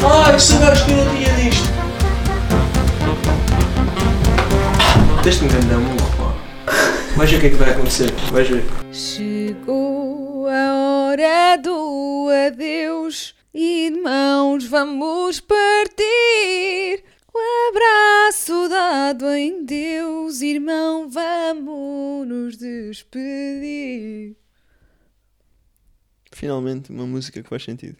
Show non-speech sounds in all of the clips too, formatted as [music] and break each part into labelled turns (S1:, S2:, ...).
S1: Caralho, sagares que eu não tinha disto! Deste-me um grande amor, pá. Vais ver o que é que vai acontecer, vais ver.
S2: Chegou a hora do adeus, irmãos, vamos partir. O abraço dado em Deus, irmão, vamos nos despedir.
S3: Finalmente, uma música que faz sentido.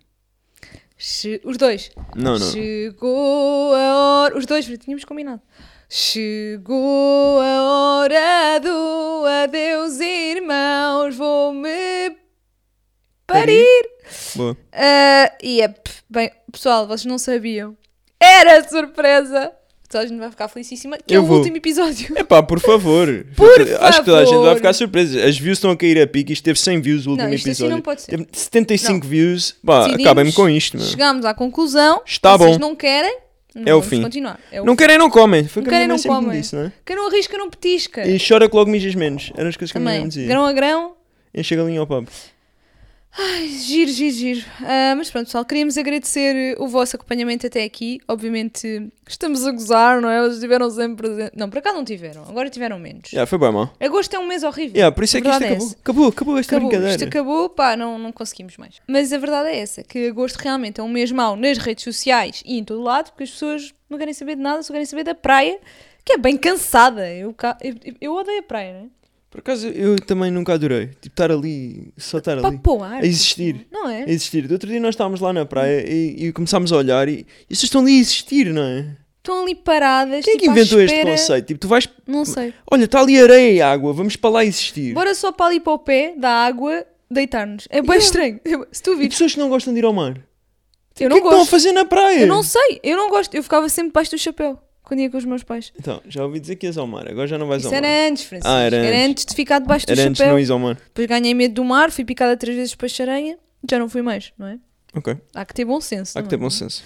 S2: Che- Os dois.
S3: Não, não.
S2: Chegou a hora. Os dois, tínhamos combinado. Chegou a hora do adeus, irmãos, vou-me parir.
S3: Boa.
S2: Ah, e é. p- Bem, pessoal, vocês não sabiam. Era surpresa! Só a gente vai ficar felicíssima, que
S3: Eu
S2: é o
S3: vou.
S2: último episódio.
S3: Epá, por favor.
S2: Por
S3: Acho que toda a gente
S2: favor.
S3: vai ficar surpresa. As views estão a cair a pique. Isto teve 100 views o último
S2: isto assim
S3: episódio.
S2: não pode ser.
S3: Teve 75 views. Pá, acabem-me com isto, meu.
S2: Chegámos à conclusão.
S3: Está
S2: vocês
S3: bom.
S2: não querem. Não
S3: É o
S2: vamos
S3: fim.
S2: Continuar. É o
S3: Não
S2: fim.
S3: querem, não comem. Foi o
S2: Não
S3: que a
S2: querem,
S3: minha mãe
S2: não
S3: sempre me
S2: comem.
S3: disse, não é?
S2: Quem não arrisca, não petisca.
S3: E chora que logo mijas menos. Eram as coisas que a minha mãe
S2: Também.
S3: me dizia.
S2: Grão a grão.
S3: Enche a galinha ao papo.
S2: Giro, giro, giro. Ah, mas pronto, pessoal, queríamos agradecer o vosso acompanhamento até aqui. Obviamente, estamos a gozar, não é? Eles estiveram sempre presentes. Não, por acaso não tiveram, agora tiveram menos.
S3: Yeah, foi bem mal.
S2: Agosto é um mês horrível.
S3: Yeah, por isso é que isto
S2: Verdade
S3: acabou.
S2: essa.
S3: Acabou, acabou esta
S2: Acabou,
S3: brincadeira.
S2: isto acabou, pá, não, não conseguimos mais. Mas a verdade é essa, que agosto realmente é um mês mau nas redes sociais e em todo lado, porque as pessoas não querem saber de nada, só querem saber da praia, que é bem cansada. Eu, ca- eu, eu odeio a praia, não é?
S3: Por acaso eu também nunca adorei. Tipo, estar ali, só estar
S2: Para
S3: ali.
S2: pôr ar,
S3: A existir.
S2: não é? Hum.
S3: A existir. Do outro dia nós estávamos lá na praia e, e começámos a olhar e, e vocês estão ali a existir, não é?
S2: Estão ali paradas,
S3: Quem é que
S2: tipo, à
S3: inventou este
S2: espera-
S3: conceito? Tipo, tu vais.
S2: Não sei.
S3: Olha, está ali areia e água, vamos para lá existir.
S2: Bora só para ali para o pé da água deitar-nos. É bem estranho. [laughs] Se tu
S3: E
S2: vires,
S3: pessoas que não gostam de ir ao mar.
S2: eu não
S3: o que é que estão a
S2: gosto.
S3: fazer na praia?
S2: Eu não sei, eu não gosto. Eu ficava sempre debaixo do chapéu quando ia com os meus pais.
S3: Então, já ouvi dizer que ias ao mar, agora já não vais
S2: Isso
S3: ao mar.
S2: era antes, Francisco.
S3: Ah,
S2: era,
S3: era
S2: antes.
S3: antes.
S2: de ficar debaixo do
S3: Era antes de
S2: chapéu.
S3: não ires ao mar.
S2: Depois ganhei medo do mar, fui picada três vezes para charanha, já não fui mais, não é?
S3: Ok,
S2: Há que ter bom senso.
S3: há
S2: não
S3: que
S2: é?
S3: ter bom senso.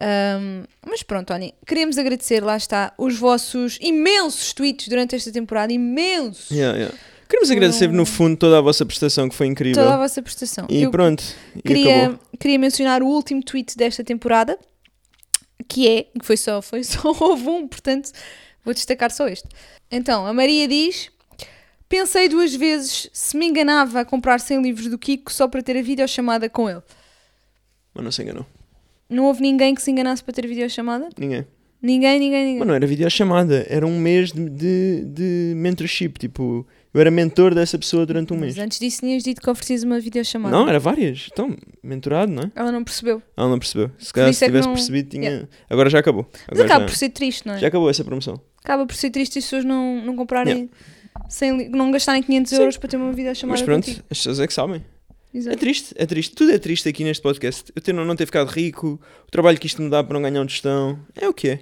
S2: Ahm, mas pronto, Tony, queremos agradecer, lá está, os vossos imensos tweets durante esta temporada, imensos.
S3: Yeah, yeah. Queremos agradecer no fundo toda a vossa prestação que foi incrível.
S2: Toda a vossa prestação.
S3: E
S2: Eu-
S3: pronto, e acabou.
S2: queria, queria mencionar o último tweet desta temporada, que é, que foi só, foi só, [laughs] houve um, portanto, vou destacar só este. Então, a Maria diz: Pensei duas vezes se me enganava a comprar 100 livros do Kiko só para ter a videochamada com ele.
S3: Mas não se enganou.
S2: Não houve ninguém que se enganasse para ter videochamada?
S3: Ninguém.
S2: Ninguém, ninguém, ninguém.
S3: Mas não era videochamada, era um mês de, de, de mentorship. Tipo, eu era mentor dessa pessoa durante um mês.
S2: Mas antes disso tinhas dito que oferecias uma videochamada.
S3: Não, era várias. Então, mentorado, não é?
S2: Ela não percebeu.
S3: Ela não percebeu. Se
S2: isso
S3: calhar
S2: é
S3: se
S2: que
S3: tivesse
S2: não-
S3: percebido, tinha.
S2: Yeah.
S3: Agora já acabou.
S2: Mas
S3: Agora
S2: acaba
S3: já...
S2: por ser triste, não é?
S3: já acabou essa promoção.
S2: Acaba por ser triste as pessoas não, não comprarem, 100 li- não gastarem 500 euros para ter uma videochamada
S3: Mas pronto,
S2: contigo.
S3: as pessoas é que sabem. É
S2: Exato.
S3: triste, é triste. Tudo é triste aqui neste podcast. Eu ter, não, não ter ficado rico, o trabalho que isto me dá para não ganhar um tostão. É o que é.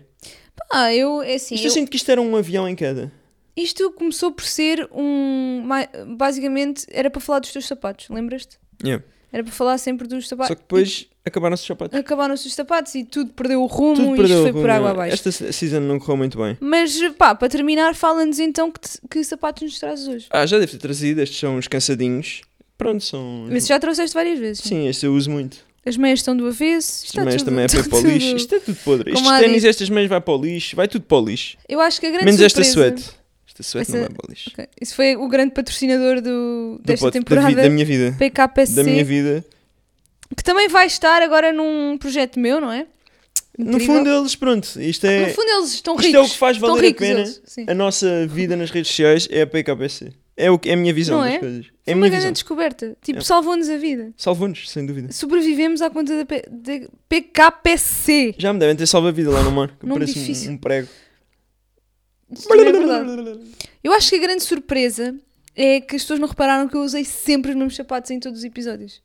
S2: Ah, eu, é assim,
S3: Isto
S2: eu-
S3: eu sinto que isto era um avião em queda.
S2: isto começou por ser um, ma- basicamente, era para falar dos teus sapatos, lembras-te?
S3: Yeah.
S2: Era para falar sempre dos sapatos.
S3: Só que depois acabaram-se os sapatos.
S2: Acabaram-se os sapatos e tudo perdeu o rumo e
S3: perdeu
S2: isto
S3: o
S2: foi por
S3: rumo,
S2: água
S3: não é?
S2: abaixo.
S3: Esta se- season não correu muito bem.
S2: Mas, pá, para terminar, fala-nos então que, te- que sapatos nos trazes hoje.
S3: Ah, já deve ter trazido. Estes são os cansadinhos. Pronto, são. tipo,
S2: Mas já trouxeste várias vezes.
S3: Uhum. Sim, este eu uso muito.
S2: As meias estão do avesso. está
S3: Isto também,
S2: Tá tudo-
S3: também
S2: [laughs]
S3: é
S2: está
S3: feito para o
S2: tudo-
S3: lixo. Isto é tudo podre.
S2: Como
S3: Estes
S2: há
S3: ténis,
S2: dito.
S3: estas mães vai para o lixo. Vai tudo para o lixo.
S2: Eu acho que a grande
S3: Menos esta
S2: surpresa...
S3: suéte. Esta suéte não
S2: Essa-
S3: vai para o lixo.
S2: Ok, Isso foi o grande patrocinador do,
S3: Do
S2: desta
S3: pod- da vi-
S2: temporada.
S3: Da, minha vida.
S2: PKPC.
S3: Da minha vida.
S2: Que também vai estar agora num projeto meu, não é?
S3: No
S2: Incrível.
S3: fundo, eles, pronto, isto
S2: No
S3: é
S2: fundo eles estão
S3: isto
S2: ricos.
S3: é o que faz
S2: Estão
S3: valer a
S2: ricos
S3: pena.
S2: eles, sim. É
S3: a nossa vida nas redes sociais. É a PKPC. É, o que, é a minha visão
S2: Não
S3: das
S2: é?
S3: coisas. É
S2: Foi
S3: a
S2: uma
S3: minha
S2: grande
S3: visão.
S2: descoberta. Tipo,
S3: É.
S2: salvou-nos a vida.
S3: Salvou-nos, sem dúvida.
S2: Sobrevivemos à conta da, P- da PKPC.
S3: Já me devem ter salvo a vida lá no mar. Que
S2: Nome
S3: parece um-
S2: difícil.
S3: um prego.
S2: Isto também é verdade. Eu acho que a grande surpresa é que as pessoas não repararam que eu usei sempre os mesmos sapatos em todos os episódios.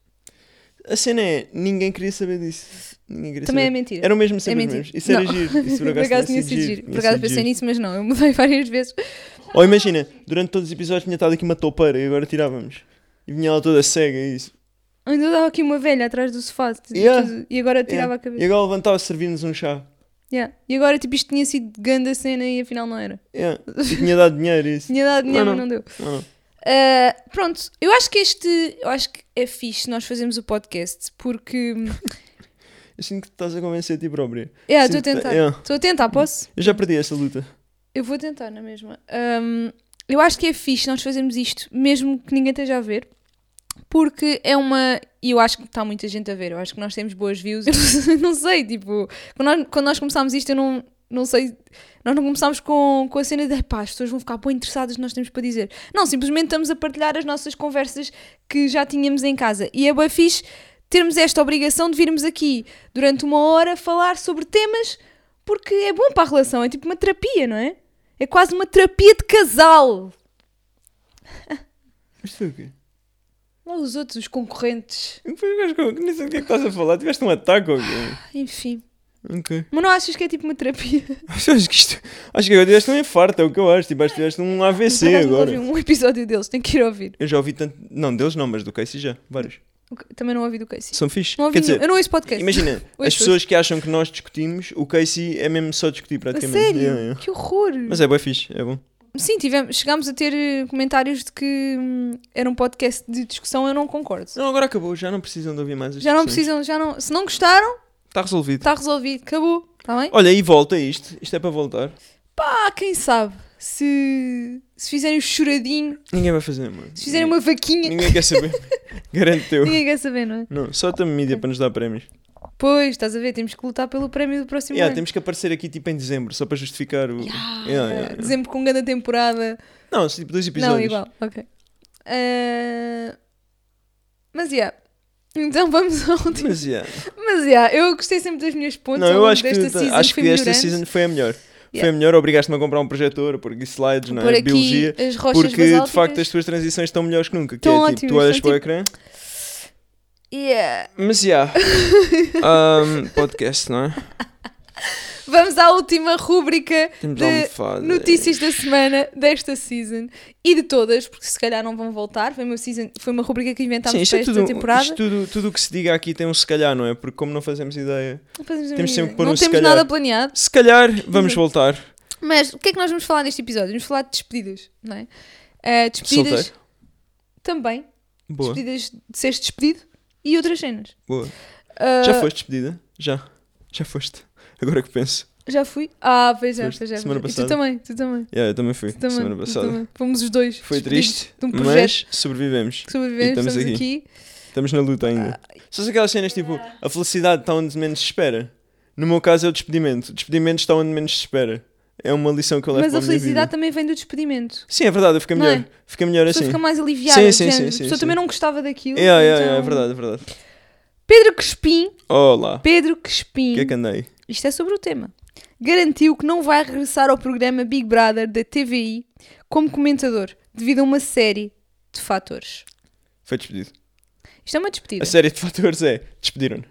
S3: A cena é, ninguém queria saber disso. Ninguém queria
S2: Também é
S3: saber.
S2: mentira.
S3: Era o mesmo sempre
S2: É
S3: os
S2: mentira.
S3: mesmos. Isso era
S2: Não. [laughs]
S3: giro. Isso por
S2: Por
S3: acaso
S2: acaso
S3: tinha
S2: tinha
S3: sido giro.
S2: Por
S3: Tinha
S2: acaso
S3: sido
S2: pensei
S3: giro.
S2: nisso, mas não. Eu mudei [laughs] várias vezes.
S3: Ou imagina, durante todos os episódios tinha estado aqui uma toupeira e agora tirávamos. E vinha ela toda cega e isso.
S2: Ainda estava aqui uma velha atrás do sofá. de- de
S3: Yeah.
S2: tudo, E agora tirava
S3: Yeah.
S2: a cabeça.
S3: E agora levantava-se a servir-nos um chá.
S2: Yeah. E agora, tipo, isto tinha sido grande a cena e afinal não era.
S3: Yeah. É, E tinha dado dinheiro e isso.
S2: Tinha dado dinheiro,
S3: Não,
S2: mas não deu.
S3: Não, não.
S2: Uh, pronto, [laughs] eu acho que este eu acho que é fixe nós fazermos o podcast porque
S3: Eu sinto que te estás a convencer a ti própria.
S2: É, estou
S3: Sinto
S2: a
S3: que-
S2: tentar.
S3: yeah.
S2: Estou a tentar, posso?
S3: Eu já perdi essa luta.
S2: Eu vou tentar na mesma. Hum, eu acho que é fixe nós fazermos isto, mesmo que ninguém esteja a ver, porque é uma. E eu acho que está muita gente a ver, eu acho que nós temos boas views. Eu não sei, tipo, quando nós, quando nós começámos isto, eu não, não sei. Nós não começámos com, com a cena de pá, as pessoas vão ficar bem interessadas no que nós temos para dizer. Não, simplesmente estamos a partilhar as nossas conversas que já tínhamos em casa. E é bem fixe termos esta obrigação de virmos aqui durante uma hora falar sobre temas porque é bom para a relação, é tipo uma terapia, não é? É quase uma terapia de casal.
S3: Mas tu o quê?
S2: Lá os outros, os concorrentes.
S3: Eu acho que eu Nem sei do que é que estás a falar. Tiveste um ataque ou quê?
S2: Enfim.
S3: Ok. [laughs]
S2: Mas não achas que é tipo uma terapia?
S3: Acho que isto. Acho que agora tiveste um infarto, é o que eu acho. Tipo, acho que tiveste
S2: [laughs]
S3: um AVC
S2: Por acaso nunca
S3: agora.
S2: ouvi um episódio deles, tenho que ir ouvir.
S3: Eu já ouvi tanto. Não, deles não, mas do Casey já. Vários.
S2: O que- Também não ouvi do Casey.
S3: São fixe.
S2: Não ouvi
S3: Quer
S2: nenhum.
S3: dizer,
S2: Eu não ouço podcast. [laughs]
S3: imagina,
S2: Oi,
S3: as
S2: Sus.
S3: pessoas que acham que nós discutimos, o Casey é mesmo só discutir
S2: A
S3: praticamente.
S2: sério?
S3: Yeah, yeah.
S2: Que horror.
S3: Mas é bem fixe, é bom.
S2: Sim, tivemos, chegámos a ter eh, comentários de que hum, era um podcast de discussão, eu não concordo.
S3: Não, agora acabou, já não precisam de ouvir mais as
S2: Já não Tá.
S3: discussões.
S2: precisam, já não. Se não gostaram,
S3: Está resolvido.
S2: está resolvido, acabou. Está bem?
S3: Olha, e volta isto. Isto é para voltar.
S2: Ah, quem sabe? Se, se fizerem o choradinho,
S3: Ninguém vai fazer, mano.
S2: se fizerem uma vaquinha,
S3: Ninguém
S2: [laughs]
S3: quer saber. Garanto eu.
S2: ninguém quer saber, não é?
S3: Não, só a mídia para nos dar prémios.
S2: Pois, estás a ver, temos que lutar pelo prémio do próximo
S3: Yeah,
S2: ano.
S3: temos que aparecer aqui tipo em dezembro, só para justificar o.
S2: Ah,
S3: Yeah, yeah, yeah.
S2: Dezembro com grande temporada.
S3: Não, tipo dois episódios.
S2: Não, igual, ok. Ah, Mas, yeah. Então vamos ao [laughs] último.
S3: Mas yeah.
S2: Mas, yeah, eu gostei sempre das minhas pontas.
S3: não,
S2: ao
S3: eu
S2: longo
S3: acho que,
S2: desta
S3: tá-
S2: season
S3: acho
S2: fui
S3: que esta
S2: melhorando.
S3: season foi a melhor. Foi a
S2: Yeah.
S3: melhor, obrigaste-me a comprar um projetor, porque slides, não
S2: Por
S3: é?
S2: aqui,
S3: Biologia.
S2: as rochas
S3: Porque de facto
S2: basálticas.
S3: as tuas transições estão melhores que nunca. Que
S2: Estão
S3: é tipo, tu
S2: ótimas,
S3: olhas
S2: estão
S3: para o ecrã.
S2: Yeah. [laughs]
S3: Mas já. Yeah. Um, podcast, não é?
S2: Vamos à última rúbrica
S3: Temos
S2: de
S3: almofada.
S2: notícias da semana desta season e de todas, porque se calhar não vão voltar. Foi uma, season, foi uma rúbrica que
S3: Sim,
S2: inventámos
S3: isto
S2: para
S3: é
S2: esta
S3: tudo,
S2: temporada.
S3: isto tudo, tudo o que se diga aqui tem um se calhar, não é? Porque como não fazemos ideia.
S2: Não fazemos a
S3: temos
S2: mínima
S3: sempre
S2: ideia.
S3: que pôr
S2: Não
S3: um se
S2: temos
S3: calhar.
S2: nada planeado.
S3: Se calhar vamos voltar.
S2: Mas o que é que nós vamos falar neste episódio? Vamos falar de despedidas, não é? Eh, despedidas
S3: Solteiro.
S2: também.
S3: Boa,
S2: Despedidas de seres despedido e outras cenas.
S3: boa.
S2: Ah,
S3: Já foste despedida? Já. Já foste. Agora que penso.
S2: Já fui. Ah, pois é,
S3: Foste
S2: pois é.
S3: semana
S2: pois é. E
S3: passada.
S2: tu também, tu também.
S3: Yeah, eu também fui.
S2: Tu também,
S3: semana
S2: tu
S3: passada.
S2: também. Fomos os dois.
S3: Foi
S2: despedidos
S3: triste,
S2: de um projeto
S3: mas sobrevivemos.
S2: que sobrevivemos,
S3: E estamos
S2: estamos, aqui.
S3: Estamos na luta ainda. Só se Ah, aquelas cenas tipo, a felicidade está onde menos se espera. No meu caso é o despedimento. O despedimento está onde menos se espera. É uma lição que eu levo
S2: Mas
S3: para
S2: a
S3: a minha
S2: felicidade
S3: vida.
S2: também vem do despedimento.
S3: Sim, é verdade, eu fiquei
S2: Não é?
S3: melhor. Fiquei melhor
S2: A pessoa
S3: assim.
S2: fica mais aliviada.
S3: Sim,
S2: de
S3: sim,
S2: género.
S3: sim,
S2: a
S3: sim,
S2: pessoa
S3: sim.
S2: também não gostava daquilo.
S3: É, é,
S2: então-
S3: é, é verdade, é verdade.
S2: Pedro Crespim,
S3: Olá.
S2: Pedro
S3: O
S2: Crespim,
S3: que é que andei?
S2: isto é sobre o tema, garantiu que não vai regressar ao programa Big Brother da TVI como comentador, devido a uma série de fatores.
S3: Foi despedido.
S2: Isto é uma despedida.
S3: A série de fatores é, despediram-no.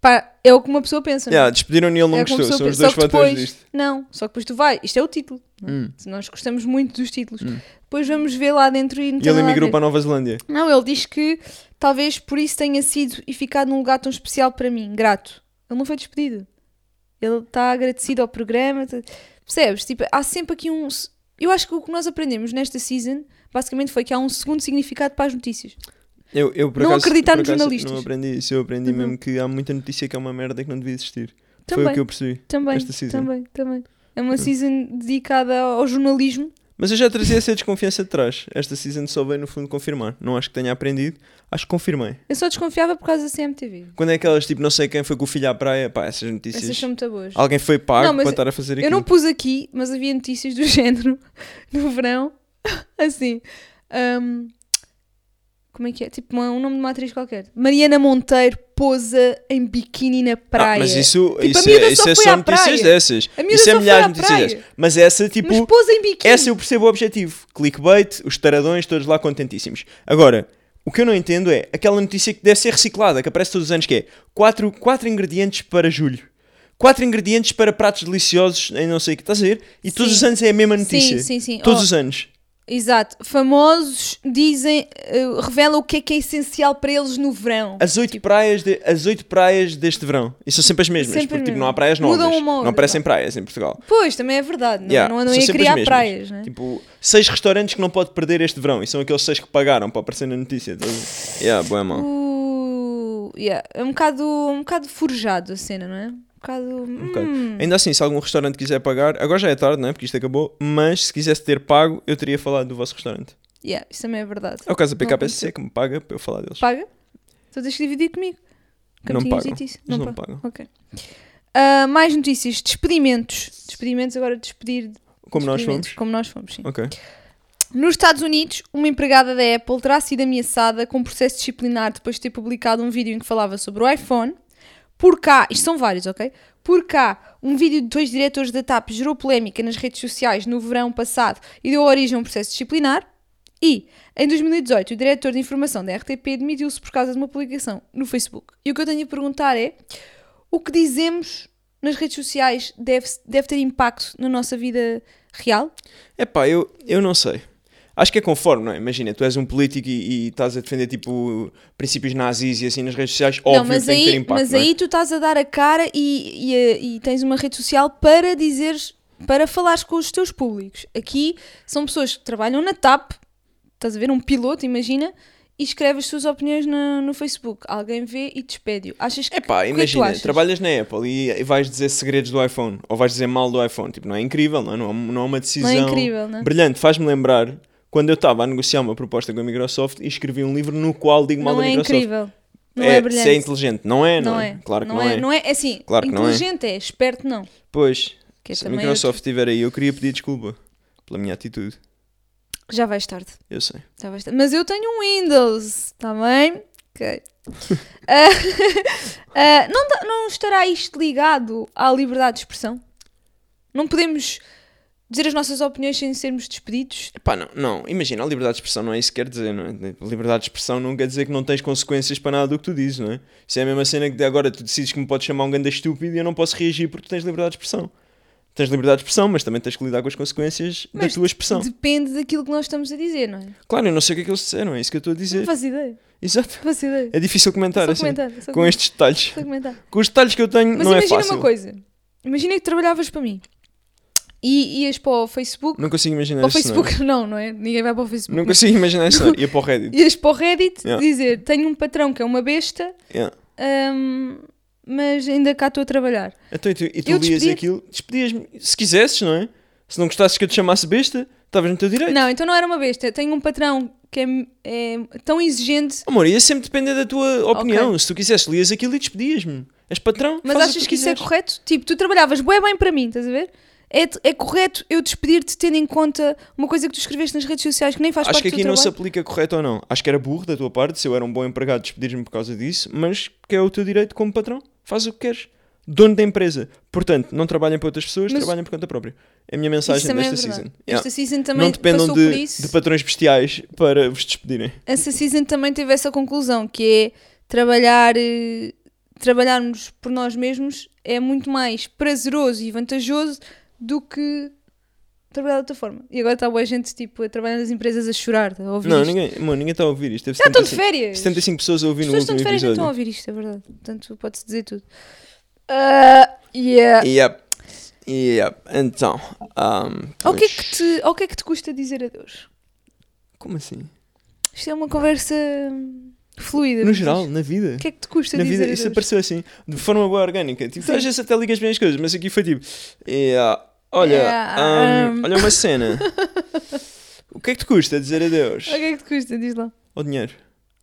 S2: Pá, é o que uma pessoa pensa, não é?
S3: Yeah, despediram-no e ele não
S2: É o que uma
S3: gostou. São
S2: pessoa pensa.
S3: os dois
S2: Só que
S3: fatores
S2: depois-
S3: disto.
S2: Não, só que depois tu vai. Isto é o título. não é?
S3: Hum.
S2: Nós gostamos muito dos títulos. Depois vamos ver lá dentro e não tem
S3: e ele
S2: nada a
S3: emigrou
S2: ver.
S3: para a Nova Zelândia.
S2: Não, ele diz que talvez por isso tenha sido e ficado num lugar tão especial para mim, grato. Ele não foi despedido. Ele está agradecido ao programa. tá- Percebes? Tipo, há sempre aqui um. se- Eu acho que o que nós aprendemos nesta season basicamente foi que há um segundo significado para as notícias.
S3: Eu, eu, por
S2: Não
S3: acaso,
S2: acreditar
S3: por
S2: nos
S3: acaso,
S2: jornalistas.
S3: Não aprendi isso. Eu aprendi
S2: Uhum.
S3: mesmo que há muita notícia que é uma merda que não devia existir. Foi o
S2: Também,
S3: que eu percebi.
S2: também,
S3: esta season.
S2: também, também. É uma season dedicada ao ao jornalismo.
S3: Mas eu já trazia essa desconfiança de trás. Esta season só veio no fundo confirmar. Não acho que tenha aprendido, acho que confirmei.
S2: Eu só desconfiava por causa da CMTV.
S3: Quando é aquelas tipo, não sei quem foi com o filho à praia, pá, essas notícias.
S2: Essas são muito boas.
S3: Alguém foi pago
S2: Não, mas
S3: para estar a fazer aquilo.
S2: Eu não pus aqui, mas havia notícias do [laughs] género no verão. [laughs] assim. hum, como é que é? Tipo, uma- um nome de uma atriz qualquer. Mariana Monteiro posa em biquíni na praia.
S3: Ah, mas isso,
S2: Tipo, a
S3: isso,
S2: miúda
S3: é,
S2: só
S3: isso é
S2: foi
S3: só
S2: à
S3: notícias
S2: praia.
S3: dessas.
S2: A miúda
S3: Isso é
S2: só foi
S3: milhares
S2: à
S3: de notícias
S2: praia.
S3: dessas. Mas essa, tipo,
S2: Mas posa em biquíni.
S3: essa eu percebo o objetivo. Clickbait, os taradões, todos lá contentíssimos. Agora, o que eu não entendo é aquela notícia que deve ser reciclada, que aparece todos os anos, que é 4 quatro, quatro ingredientes para julho. Quatro ingredientes para pratos deliciosos em não sei o que. Estás a ver? E todos
S2: Sim.
S3: os anos é a mesma
S2: Sim,
S3: notícia.
S2: sim, sim.
S3: Todos
S2: Oh.
S3: os anos.
S2: Exato. Famosos dizem, eh, revelam o que é que é essencial para eles no verão.
S3: As oito, praias de- as oito praias deste verão. E são sempre as mesmas.
S2: Sempre
S3: porque
S2: as
S3: tipo,
S2: mesmas.
S3: não há praias novas.
S2: Mudam uma ou
S3: não
S2: outra,
S3: aparecem
S2: vá.
S3: praias em Portugal.
S2: Pois, também é verdade. Não,
S3: Yeah,
S2: não andam
S3: são
S2: aí a
S3: sempre as
S2: criar
S3: mesmas.
S2: praias, né?
S3: Tipo, seis restaurantes que não pode perder este verão. E são aqueles seis que pagaram para aparecer na notícia. Então, yeah, boa mão.
S2: Uh, yeah, é um bocado, um bocado forjado a cena, não é? Um bocado. hum,
S3: Um bocado. Ainda assim, se algum restaurante quiser pagar, agora já é tarde, não é? Porque isto acabou, mas se quisesse ter pago, eu teria falado do vosso restaurante.
S2: Yeah, isso também é verdade.
S3: É o caso da PKPC que me paga para eu falar deles.
S2: Paga? Então tens que dividir comigo. Que eu
S3: Não
S2: tinha
S3: pagam.
S2: dito isso.
S3: Eles não
S2: pa-
S3: pagam.
S2: Ok. Ah, mais notícias. Despedimentos. Despedimentos, agora despedir.
S3: Como nós
S2: despedimentos,
S3: fomos.
S2: Como nós fomos, sim.
S3: Ok.
S2: Nos Estados Unidos, uma empregada da Apple terá sido ameaçada com um processo disciplinar depois de ter publicado um vídeo em que falava sobre o iPhone. Por cá, isto são vários, ok? Por cá, um vídeo de dois diretores da TAP gerou polémica nas redes sociais no verão passado e deu origem a um processo disciplinar. E, em 2018, o diretor de informação da RTP demitiu-se por causa de uma publicação no Facebook. E o que eu tenho a perguntar é: o que dizemos nas redes sociais deve, deve ter impacto na nossa vida real?
S3: É pá, eu, eu não sei. Acho que é conforme, não é? Imagina, tu és um político e, e estás a defender tipo princípios nazis e assim nas redes sociais, óbvio
S2: mas
S3: que tem
S2: aí,
S3: que ter impacto.
S2: mas
S3: não é?
S2: aí tu estás a dar a cara e, e, eh, e tens uma rede social para dizeres, para falares com os teus públicos. Aqui são pessoas que trabalham na TAP, estás a ver, um piloto, imagina, e escreve as suas opiniões na- no Facebook. Alguém vê e despede-o. Achas que.
S3: É pá,
S2: o que é que tu
S3: imagina,
S2: achas?
S3: trabalhas na Apple e e vais dizer segredos do iPhone ou vais dizer mal do iPhone. Tipo, não é incrível, não é, não é, não é uma decisão
S2: incrível, não é?
S3: brilhante. Faz-me lembrar quando eu estava a negociar uma proposta com a Microsoft e escrevi um livro no qual digo mal
S2: Não
S3: da
S2: é
S3: Microsoft.
S2: incrível. Não é,
S3: se
S2: brilhante.
S3: é inteligente, não é? Não, é. Claro que não, é.
S2: Não é, é assim,
S3: Claro que não é.
S2: inteligente é. esperto não.
S3: Pois,
S2: Que é
S3: se a
S2: também
S3: Microsoft estiver aí, eu queria pedir desculpa pela minha atitude.
S2: outro- Já vais tarde.
S3: Eu sei.
S2: Já vais tarde. Tá Mas eu tenho um Windows, está bem?
S3: [laughs]
S2: Ok. Ah, [laughs] ah, não, dá- não estará isto ligado à liberdade de expressão? Não podemos dizer as nossas opiniões sem sermos despedidos?
S3: Pá, não, não, imagina, a liberdade de expressão não é isso que quer dizer, não é? Liberdade de expressão não quer dizer que não tens consequências para nada do que tu dizes, não é? Isso é a mesma cena que de agora tu decides que me podes chamar um ganda estúpido e eu não posso reagir porque tu tens liberdade de expressão. Tens liberdade de expressão, mas também tens que lidar com as consequências
S2: Mas
S3: da tua expressão.
S2: Depende daquilo que nós estamos a dizer, não é?
S3: Claro, eu não sei o que é que eles disseram, é isso que eu estou a
S2: Não
S3: dizer.
S2: faço ideia.
S3: Exato.
S2: Não faço ideia.
S3: É difícil comentar,
S2: Só
S3: assim,
S2: comentar, só
S3: com
S2: comentar.
S3: estes detalhes.
S2: Só comentar.
S3: [laughs] Com os detalhes que eu tenho,
S2: Mas
S3: não é
S2: imagina
S3: fácil.
S2: uma coisa. Imagina que trabalhavas para mim e ias para o Facebook.
S3: Não consigo imaginar
S2: para o
S3: esse cenário.
S2: Facebook [laughs] não, não é? Ninguém vai para o Facebook.
S3: Não
S2: mas-
S3: consigo
S2: [laughs]
S3: imaginar esse cenário. Ia para o Reddit.
S2: Ias para o Reddit
S3: Yeah.
S2: dizer: Tenho um patrão que é uma besta,
S3: Yeah.
S2: hum, mas ainda cá estou a trabalhar.
S3: Então, e tu, e tu
S2: Eu
S3: lias
S2: despedia-te.
S3: aquilo, despedias-me, se quisesses, não é? Se não gostasses que eu te chamasse besta, estavas no teu direito.
S2: Não, então não era uma besta. Tenho um patrão que é, é tão exigente.
S3: Amor, ia sempre depender da tua opinião. Se tu quisesses, lias aquilo e despedias-me. És patrão,
S2: Mas
S3: faz o
S2: achas
S3: tu
S2: que isso é
S3: quiseres.
S2: correto? Tipo, tu trabalhavas bué bem para mim, estás a ver? É, é correto eu despedir-te tendo em conta uma coisa que tu escreveste nas redes sociais que nem faz
S3: Acho
S2: parte
S3: que
S2: do
S3: aqui
S2: teu
S3: não se
S2: trabalho?
S3: aplica correto ou não. Acho que era burro da tua parte, se eu era um bom empregado, despedir-me por causa disso, mas que é o teu direito como patrão. Faz o que queres. Dono da empresa. Portanto, não trabalhem para outras pessoas,
S2: Mas-
S3: trabalhem por conta própria. É a minha
S2: Isso
S3: mensagem
S2: também
S3: desta
S2: é verdade.
S3: season.
S2: Esta
S3: Yeah.
S2: season também
S3: Não dependam
S2: passou por
S3: de,
S2: isso.
S3: de patrões bestiais para vos despedirem.
S2: essa season também teve essa conclusão, que é trabalhar, eh, trabalharmos por nós mesmos é muito mais prazeroso e vantajoso do que trabalhar de outra forma. E agora está boa gente tipo, a trabalhar nas empresas a chorar, a ouvir
S3: Não,
S2: isto.
S3: ninguém, mano, ninguém está a ouvir isto. Teve
S2: Já estão de
S3: 75
S2: férias!
S3: 75 pessoas a ouvir
S2: As
S3: no
S2: pessoas estão de
S3: último
S2: férias e não
S3: episódio.
S2: estão a ouvir isto, é verdade. Portanto, pode-se dizer tudo. Ah, yeah.
S3: Yep. Yep. Então. ahm,
S2: Ao que, é
S3: pois.
S2: que te, ao que é que te custa dizer adeus?
S3: Como assim?
S2: Isto é uma conversa hum, fluida.
S3: No
S2: mas
S3: geral, na vida.
S2: O que é que te custa
S3: Na
S2: dizer
S3: vida,
S2: adeus?
S3: isso apareceu assim, de forma boa orgânica. Tipo, tu às vezes até ligas bem as coisas, mas aqui foi tipo. yeah, Olha,
S2: Yeah,
S3: ahm,
S2: um.
S3: olha uma
S2: [laughs]
S3: cena. o que é que te custa dizer adeus?
S2: Ao que é que te custa? Diz lá.
S3: Ao dinheiro?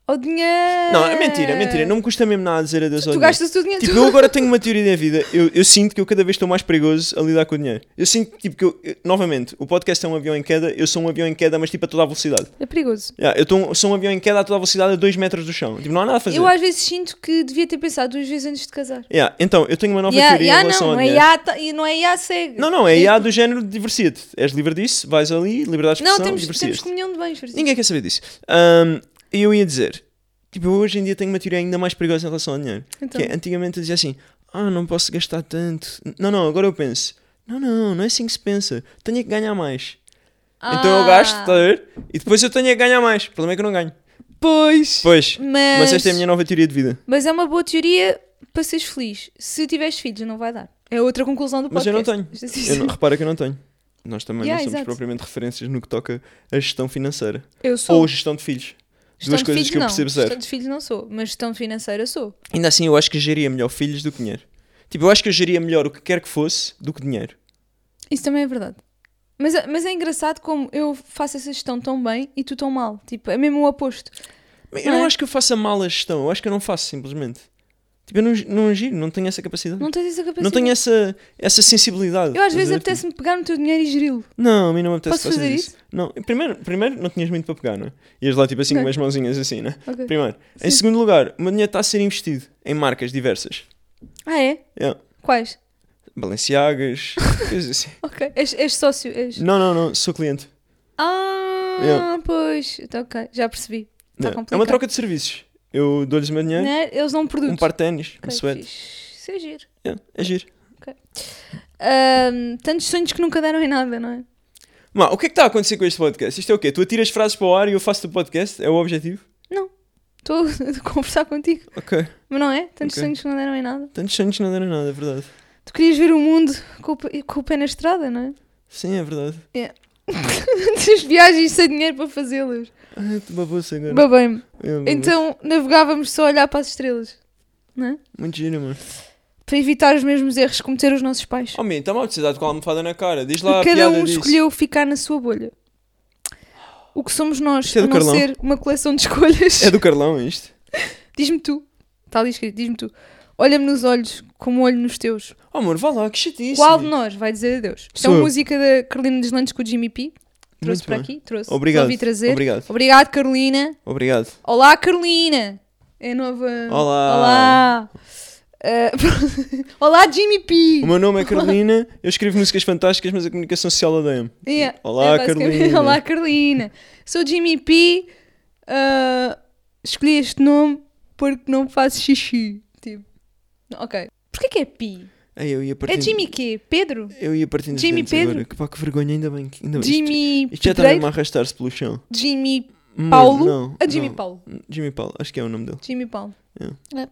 S2: Ao dinheiro!
S3: Não, é mentira, é mentira. Não me custa mesmo nada dizer adeus ao
S2: Tu
S3: dinheiro.
S2: gastas tudo dinheiro.
S3: Tipo, eu agora tenho uma teoria da vida. Eu, eu sinto que eu cada vez estou mais perigoso a lidar com o dinheiro. Eu sinto tipo, que eu, eu- novamente, o podcast é um avião em queda, eu sou um avião em queda, mas tipo a toda a velocidade.
S2: É perigoso.
S3: Yeah, eu tô- sou um avião em queda a toda a velocidade a 2 metros do chão. Tipo, não há nada a fazer.
S2: Eu às vezes sinto que devia ter pensado duas vezes antes de casar.
S3: Yeah, então, eu tenho uma nova
S2: Yeah,
S3: teoria
S2: yeah,
S3: em relação
S2: não,
S3: ao
S2: não é
S3: dinheiro.
S2: yeah, ta- e não é yeah, segue.
S3: Não, não, é IA do género de diversite. És livre disso, vais ali, liberdade de
S2: Não,
S3: expressão,
S2: temos,
S3: diversias.
S2: temos comunhão de bens, Francisco.
S3: Ninguém quer saber disso. Ahm, E eu ia dizer, tipo, eu hoje em dia tenho uma teoria ainda mais perigosa em relação ao dinheiro.
S2: Então.
S3: Que é, antigamente eu dizia assim, ah, não posso gastar tanto. Não, não, agora eu penso, não, não, não é assim que se pensa. Tenho é que ganhar mais. Então eu
S2: Ah,
S3: gasto, está a ver? E depois eu tenho é que ganhar mais. O problema é que eu não ganho.
S2: Pois.
S3: Pois,
S2: Mas,
S3: mas esta é a minha nova teoria de vida.
S2: mas é uma boa teoria para seres feliz. Se tiveres filhos, não vai dar. É outra conclusão do
S3: Mas
S2: podcast.
S3: eu não tenho.
S2: Isto é
S3: Eu
S2: assim. [laughs]
S3: não, repara que eu não tenho. Nós também
S2: Yeah,
S3: não somos
S2: exato.
S3: propriamente referências no que toca à gestão financeira.
S2: Eu sou.
S3: Ou gestão de filhos. Duas
S2: de
S3: coisas
S2: filhos,
S3: que eu
S2: não.
S3: percebo zero.
S2: Gestão de filhos não sou, mas gestão financeira sou.
S3: Ainda assim, eu acho que geria melhor filhos do que dinheiro. Tipo, eu acho que eu geria melhor o que quer que fosse do que dinheiro.
S2: Isso também é verdade. Mas, é- mas é engraçado como eu faço essa gestão tão bem e tu tão mal. Tipo, é mesmo o oposto.
S3: Mas eu
S2: Não
S3: não
S2: é?
S3: acho que eu faça mal a gestão, eu acho que eu não faço simplesmente. Tipo, eu não, não giro, não tenho essa capacidade.
S2: Não tens essa capacidade.
S3: Não tenho essa, essa sensibilidade.
S2: Eu às
S3: estás
S2: vezes
S3: a ver? Tipo,
S2: apetece-me pegar no teu dinheiro e geri-lo.
S3: Não, a mim não me apetece
S2: Posso fazer isso?
S3: Não, primeiro, primeiro não tinhas muito para pegar, não é? Ias lá tipo assim
S2: Ok.
S3: com as mãozinhas assim, não é?
S2: Ok.
S3: Primeiro. Em segundo lugar, o meu dinheiro está a ser investido em marcas diversas.
S2: Ah, é?
S3: Yeah.
S2: Quais? [laughs]
S3: Balenciagas, coisas assim.
S2: Ok. És, és sócio. És...
S3: Não, não, não, sou cliente.
S2: Ah,
S3: Yeah.
S2: pois. Então, ok, já percebi. Está
S3: Não,
S2: Tá complicado.
S3: É uma troca de serviços. Eu dou-lhes o meu dinheiro,
S2: Né? Eles dão um produto.
S3: um par de ténis, um
S2: Ok,
S3: sweat.
S2: fixe. Isso é giro.
S3: Yeah, é giro.
S2: Ahm, tantos sonhos que nunca deram em nada, não é?
S3: Mas o que é que está a acontecer com este podcast? Isto é o quê? Tu atiras frases para o ar e eu faço o podcast? É o objetivo?
S2: Não. Estou [laughs] a conversar contigo.
S3: Ok.
S2: Mas não é? Tantos
S3: Ok.
S2: sonhos que não deram em nada.
S3: Tantos sonhos não deram nada, é verdade.
S2: Tu querias ver o mundo com o, pe- com o pé na estrada, não é?
S3: Sim, é verdade.
S2: Tantas viagens sem dinheiro para fazê-las.
S3: Ah, tu babou-se agora.
S2: Babei-me.
S3: É, babou.
S2: Então navegávamos só a olhar para as estrelas, não é?
S3: Muito giro, mano.
S2: Para evitar os mesmos erros que cometeram os nossos pais.
S3: Oh, menino, está-me a precisar com a almofada na cara. Diz lá a
S2: Cada
S3: piada
S2: um
S3: disso.
S2: escolheu ficar na sua bolha. O que somos nós,
S3: Isto
S2: a
S3: é do
S2: não
S3: Carlão.
S2: ser uma coleção de escolhas.
S3: É do Carlão isto?
S2: [laughs] Diz-me tu. Está ali escrito, diz-me tu. Olha-me nos olhos, como olho nos teus.
S3: Oh, amor, vá lá, que chatice.
S2: Qual de nós vai dizer adeus? Isto é
S3: Sou
S2: uma
S3: eu.
S2: música da Carolina Deslandes com o Jimmy P. Trouxe
S3: Muito
S2: para
S3: bem.
S2: aqui, trouxe.
S3: Obrigado.
S2: Resolvi trazer.
S3: Obrigado.
S2: Obrigado, Carolina.
S3: Obrigado.
S2: Olá, Carolina. É a nova.
S3: Olá.
S2: Olá. Ah, [laughs] Olá, Jimmy P.
S3: O meu nome é Carolina, eu escrevo músicas fantásticas, mas a comunicação social odeia-me.
S2: Yeah,
S3: Olá,
S2: é basicamente- [laughs]
S3: Carolina.
S2: Olá, Carolina. Sou Jimmy P. Ah, escolhi este nome porque não faço xixi. Tipo, ok. Porquê que é P?
S3: Ai, eu ia
S2: É
S3: partindo.
S2: Jimmy quê? Pedro?
S3: Eu ia partindo os
S2: Jimmy
S3: dentes
S2: Pedro?
S3: agora. Que, pá, que vergonha, ainda bem. que- Ainda bem. Isto-
S2: Jimmy
S3: Isto já está
S2: Pedreiro?
S3: mesmo a arrastar-se pelo chão.
S2: Jimmy
S3: Mas
S2: Paulo?
S3: não,
S2: Ah, Jimmy
S3: não.
S2: Paulo.
S3: Jimmy Paulo, acho que é o nome dele.
S2: Jimmy Paulo.
S3: É.
S2: Ah,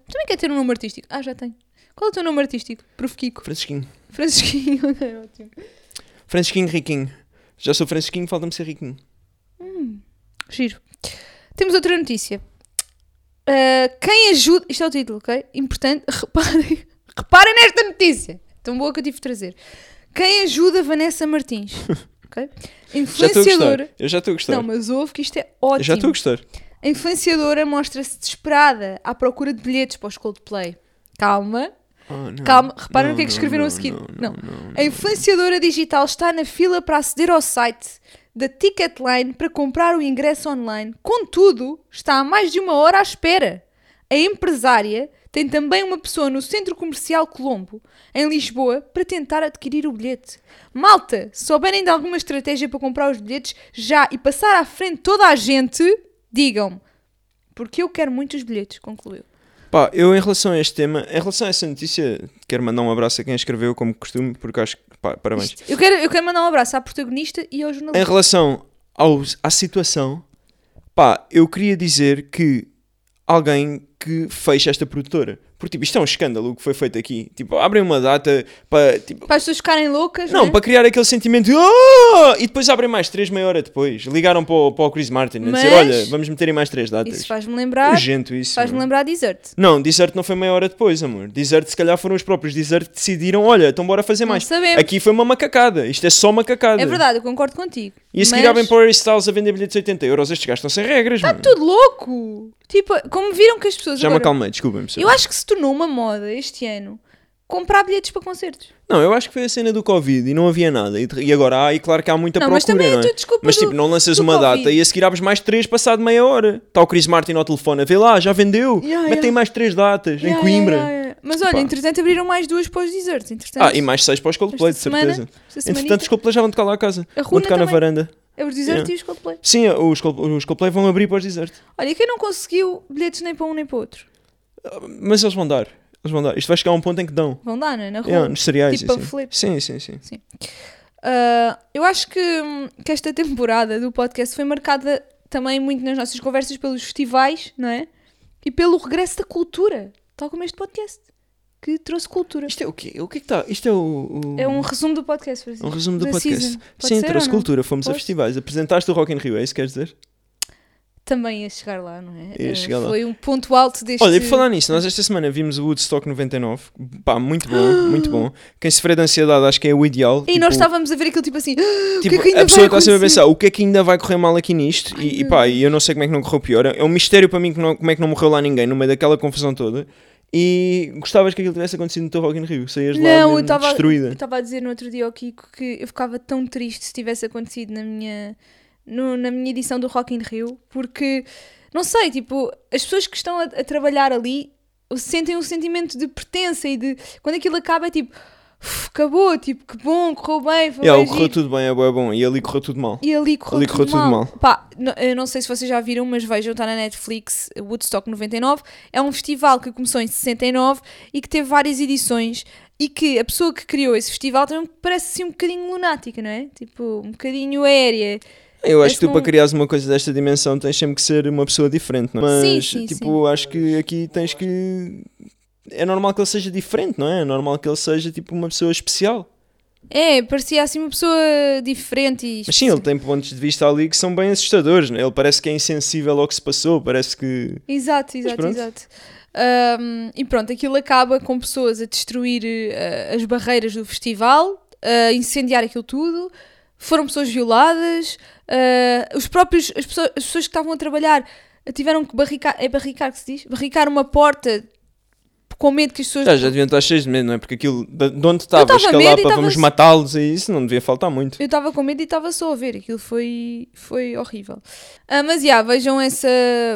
S2: também quer ter um nome artístico. Ah, já tem. Qual é o teu nome artístico? Prof. Kiko.
S3: Francisquinho.
S2: Francisquinho. [laughs] Ok, ótimo.
S3: Francisquinho Riquinho. Já sou Francisquinho, falta-me ser Riquinho.
S2: Giro. Temos outra notícia. Ah, quem ajuda. Isto é o título, ok? Importante. [laughs] Reparem. Reparem nesta notícia. Tão boa que eu tive de trazer. Quem ajuda Vanessa
S3: [laughs]
S2: Martins? Ok?
S3: Já estou a
S2: Influenciadora.
S3: gostar. Eu já estou a gostar.
S2: Não, mas ouve que isto é
S3: eu já estou
S2: ótimo.
S3: a gostar.
S2: A influenciadora mostra-se desesperada à procura de bilhetes para os Coldplay. Calma.
S3: Ah, não.
S2: Calma, repara
S3: Não,
S2: no que é que
S3: não,
S2: escreveram a
S3: não,
S2: seguir. Não,
S3: Não, não, não.
S2: A influenciadora digital está na fila para aceder ao site da Ticketline para comprar o ingresso online. Contudo, está há mais de uma hora à espera. A empresária tem também uma pessoa no Centro Comercial Colombo, em Lisboa, para tentar adquirir o bilhete. Malta, se souberem de alguma estratégia para comprar os bilhetes já e passar à frente toda a gente, digam-me. Porque eu quero muitos bilhetes, concluiu.
S3: Pá, eu em relação a este tema, em relação a essa notícia, quero mandar um abraço a quem escreveu, como costume, porque acho que, pá, parabéns.
S2: Isto- Eu quero, eu quero mandar um abraço à protagonista e ao
S3: Em
S2: jornalista.
S3: relação aos, à situação, pá, eu queria dizer que alguém que fecha esta produtora, porque tipo, isto é um escândalo o que foi feito aqui, tipo, abrem uma data para, tipo,
S2: Para as pessoas ficarem loucas,
S3: não,
S2: né?
S3: para criar aquele sentimento de "Ah!" e depois abrem mais três, meia hora depois, ligaram para o, para o Chris Martin a dizer,
S2: Mas-
S3: olha, vamos meter em mais três datas.
S2: Isso faz-me lembrar.
S3: Urgente isso.
S2: Faz-me
S3: meu.
S2: lembrar Desert.
S3: Não, Desert não foi meia hora depois, amor. Desert se calhar foram os próprios Desert que decidiram, olha, então bora fazer
S2: Não
S3: mais.
S2: sabemos.
S3: Aqui foi uma macacada, isto é só macacada.
S2: É verdade, eu concordo contigo.
S3: E a seguir
S2: mas Tá
S3: abrem para o Harry Styles a vender bilhetes de 80 euros, estes gastam sem regras, mano.
S2: Tudo louco! Tipo, como viram que as pessoas.
S3: Já me
S2: agora...
S3: acalmei, desculpem-me. senhor.
S2: Eu acho que se tornou uma moda este ano comprar bilhetes para concertos.
S3: Não, eu acho que foi a cena do Covid e não havia nada. E, e agora há, e claro que há muita
S2: Não, mas
S3: procura,
S2: também é
S3: não é?
S2: tudo desculpa
S3: mas
S2: do-
S3: tipo, não lanças
S2: do
S3: uma
S2: Covid.
S3: data e a seguir abres mais três passado meia hora. Está o Chris Martin ao telefone a ver lá, já vendeu.
S2: Yeah,
S3: Metem
S2: yeah.
S3: mais três datas,
S2: Ya, ya,
S3: em Coimbra.
S2: ya, ya. Mas olha,
S3: Pá.
S2: entretanto abriram mais duas para os desertos. Entretanto,
S3: Ah, e mais seis para os Coldplay, de
S2: esta semana,
S3: certeza.
S2: esta semanita,
S3: Entretanto, os Coldplay já vão tocar lá a casa.
S2: A
S3: Vão
S2: Runa
S3: tocar na
S2: também.
S3: varanda.
S2: é os desertos
S3: Yeah.
S2: e os Coldplay.
S3: Sim, os, Col- os Coldplay vão abrir para os desertos.
S2: Olha, e quem não conseguiu bilhetes nem para um nem para o outro?
S3: Ah, Mas eles vão dar. Eles vão dar. Isto vai chegar a um ponto em que dão.
S2: Vão dar, não é? Na rua.
S3: É, nos cereais.
S2: tipo
S3: e assim.
S2: panfletos.
S3: Sim, sim, sim.
S2: Ah, eu acho que, hum, que esta temporada do podcast foi marcada também muito nas nossas conversas pelos festivais, não é? E pelo regresso da cultura, tal como este podcast, que trouxe cultura.
S3: Isto é o quê? O que é que está? Isto é o. o-
S2: É um resumo do podcast,
S3: um
S2: Francisco.
S3: resumo do
S2: da
S3: podcast.
S2: season. Pode
S3: Sim,
S2: ser
S3: trouxe
S2: ou não?
S3: cultura, fomos a
S2: Pode.
S3: festivais. Apresentaste o Rock in Rio, é isso que queres dizer?
S2: também a chegar lá, não é?
S3: Ia
S2: Eh,
S3: chegar lá.
S2: Foi um ponto alto deste.
S3: Olha, e por falar nisso, nós esta semana vimos o Woodstock 99. Pá, muito bom, muito bom. Quem sofrer de ansiedade acho que é o ideal.
S2: E
S3: tipo,
S2: nós estávamos a ver aquilo tipo assim. "Ah,
S3: tipo,
S2: o que é que ainda vai
S3: a pessoa está sempre a
S2: acontecer?"
S3: pensar o que é que ainda vai correr mal aqui nisto e, e pá, e eu não sei como é que não correu pior. É um mistério para mim que não- como é que não morreu lá ninguém no meio daquela confusão toda. E gostavas que aquilo tivesse acontecido no teu Rock in Rio, saías lá
S2: Não,
S3: mesmo
S2: eu estava
S3: destruída.
S2: eu estava a dizer no outro dia ao Kiko que eu ficava tão triste se tivesse acontecido na minha, no- na minha edição do Rock in Rio, porque, não sei, tipo, as pessoas que estão a, a trabalhar ali sentem um sentimento de pertença e de... Quando aquilo acaba é tipo, "Uf, acabou, tipo, que bom, correu bem, foi
S3: Yeah,
S2: bem
S3: o correu
S2: giro."
S3: tudo bem, é bué bom, e ali correu tudo mal.
S2: E ali correu,
S3: ali
S2: tudo,
S3: correu tudo
S2: mal.
S3: mal.
S2: Pá, n- eu não sei se vocês já viram, mas vejam, está na Netflix, Woodstock 99. É um festival que começou em 69 e que teve várias edições e que a pessoa que criou esse festival também parece assim um bocadinho lunática, não é? Tipo, um bocadinho aérea.
S3: Eu acho que tu
S2: Esse
S3: para
S2: não-
S3: criares uma coisa desta dimensão tens sempre que ser uma pessoa diferente, não é?
S2: Sim,
S3: Mas
S2: sim,
S3: tipo, acho que aqui tens que. É normal que ele seja diferente, não é? É normal que ele seja tipo uma pessoa especial.
S2: É, parecia assim uma pessoa diferente e...
S3: Mas sim, ele tem pontos de vista ali que são bem assustadores, né? ele parece que é insensível ao que se passou, parece que.
S2: Exato,
S3: Mas
S2: exato,
S3: pronto.
S2: exato. Ahm, e pronto, aquilo acaba com pessoas a destruir eh, as barreiras do festival, a incendiar aquilo tudo. Foram pessoas violadas, eh, os próprios, as, pessoas, as pessoas que estavam a trabalhar eh, tiveram que barricar, é barricar que se diz? Barricar uma porta com medo que as pessoas.
S3: Já, já deviam estar cheios de medo, não é? Porque aquilo de de onde estavas,
S2: tava a medo e
S3: escalapa,
S2: tava-
S3: vamos matá-los e isso não devia faltar muito.
S2: Eu estava com medo e estava só a ver, aquilo foi, foi horrível. Ah, mas já, vejam, essa,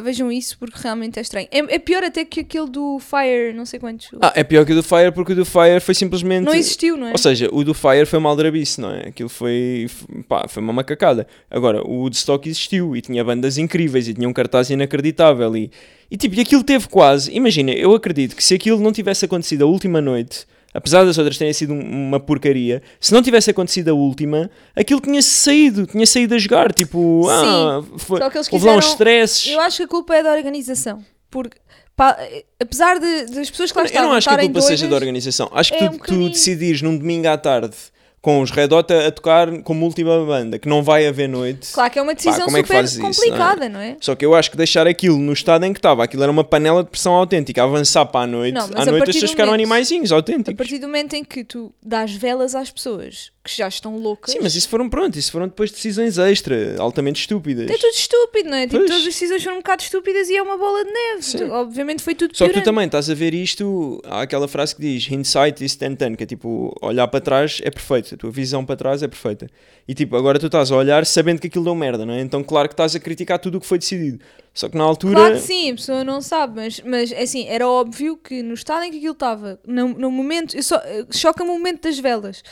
S2: vejam isso porque realmente é estranho. É, é pior até que aquele do Fire, não sei quantos.
S3: Ah, é pior que o do Fire porque o do Fire foi simplesmente.
S2: não existiu, não é?
S3: Ou seja, o do Fire foi uma aldrabice, não é? Aquilo foi, f- pá, foi uma macacada. Agora, o Woodstock existiu e tinha bandas incríveis e tinha um cartaz inacreditável e, e tipo, e aquilo teve quase... Imagina, eu acredito que se aquilo não tivesse acontecido a última noite, apesar das outras terem sido um- uma porcaria, se não tivesse acontecido a última, aquilo tinha saído, tinha saído a jogar, tipo...
S2: Sim,
S3: ah, foi,
S2: só que eles
S3: houve lá uns
S2: quiseram-
S3: stresses...
S2: Eu acho que a culpa é da organização. Porque, pá, eh, apesar de, das pessoas que lá
S3: Eu
S2: estavam
S3: não acho que a
S2: estarem
S3: culpa seja da
S2: doidas,
S3: organização. Acho que
S2: é
S3: tu,
S2: um
S3: tu
S2: bocadinho-
S3: decidires num domingo à tarde com os Red Hot a, a tocar como última banda, que não vai haver noite.
S2: Claro que é uma decisão
S3: como é que
S2: super
S3: fazes isso, não é?
S2: complicada, não é?
S3: Só que eu acho que deixar aquilo no estado em que estava, aquilo era uma panela de pressão autêntica, avançar para a noite.
S2: Não, mas
S3: à
S2: a
S3: noite as
S2: partir
S3: pessoas
S2: do
S3: ficaram
S2: momento-
S3: animaizinhos
S2: A
S3: autênticos.
S2: partir do momento em que tu dás velas às pessoas que já estão loucas,
S3: Sim, mas isso foram pronto, isso foram depois decisões extra, altamente estúpidas.
S2: é tudo estúpido, não é? Tipo,
S3: Pois.
S2: todas as decisões foram um bocado estúpidas e é uma bola de neve.
S3: Sim.
S2: Obviamente foi tudo
S3: Só que tu
S2: piorando.
S3: também estás a ver isto, há aquela frase que diz hindsight is 10-10, que é tipo, olhar para trás é perfeito, a tua visão para trás é perfeita. E tipo, agora tu estás a olhar sabendo que aquilo deu merda, não é? Então claro que estás a criticar tudo o que foi decidido. Só que na altura...
S2: Claro que sim, a pessoa não sabe, mas, mas é assim, era óbvio que no estado em que aquilo estava, no, no momento, eu só- eh, choca-me o momento das velas.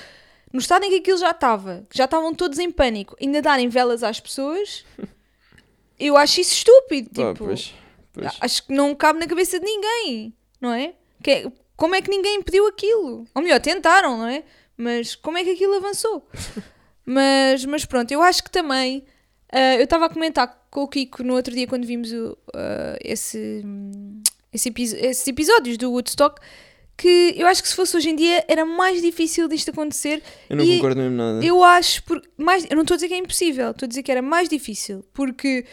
S2: No estado em que aquilo já estava, que já estavam todos em pânico, ainda darem velas às
S3: [laughs]
S2: pessoas, eu acho isso estúpido.
S3: Pá,
S2: Tipo,
S3: Ah, pois, pois.
S2: acho que não cabe na cabeça de ninguém, não é? Que é- como é que ninguém impediu aquilo? Ou melhor, tentaram, não é? Mas como é que aquilo avançou? mas, mas pronto, eu acho que também. ah, eu estava a comentar com o Kiko no outro dia, quando vimos o, ah, esse, hum, esse episo- esses episódios do Woodstock, que eu acho que se fosse hoje em dia era mais difícil disto acontecer.
S3: Eu não
S2: e-
S3: concordo mesmo nada.
S2: eu acho, por, mais, eu não estou a dizer que é impossível, estou a dizer que era mais difícil, porque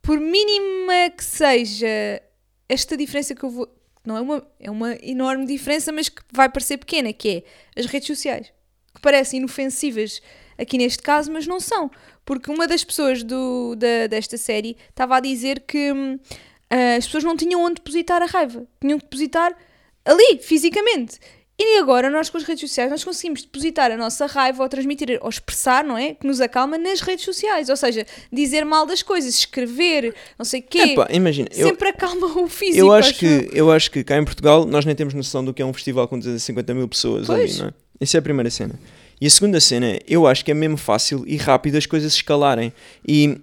S2: por mínima que seja esta diferença que eu vou. Não é uma, é uma enorme diferença, mas que vai parecer pequena, que é as redes sociais, que parecem inofensivas aqui neste caso, mas não são. Porque uma das pessoas do, da, desta série estava a dizer que hum, as pessoas não tinham onde depositar a raiva, tinham que depositar ali, fisicamente. E agora nós com as redes sociais nós conseguimos depositar a nossa raiva ou transmitir ou expressar, não é? Que nos acalma nas redes sociais, ou seja, dizer mal das coisas, escrever, não sei o quê.
S3: Epá, imagina, eu,
S2: sempre acalma o físico.
S3: eu, acho
S2: eu.
S3: que, eu acho que cá em Portugal nós nem temos noção do que é um festival com 250 mil pessoas
S2: Pois.
S3: ali, não é? Isso é a primeira cena. E a segunda cena é, eu acho que é mesmo fácil e rápido as coisas escalarem. E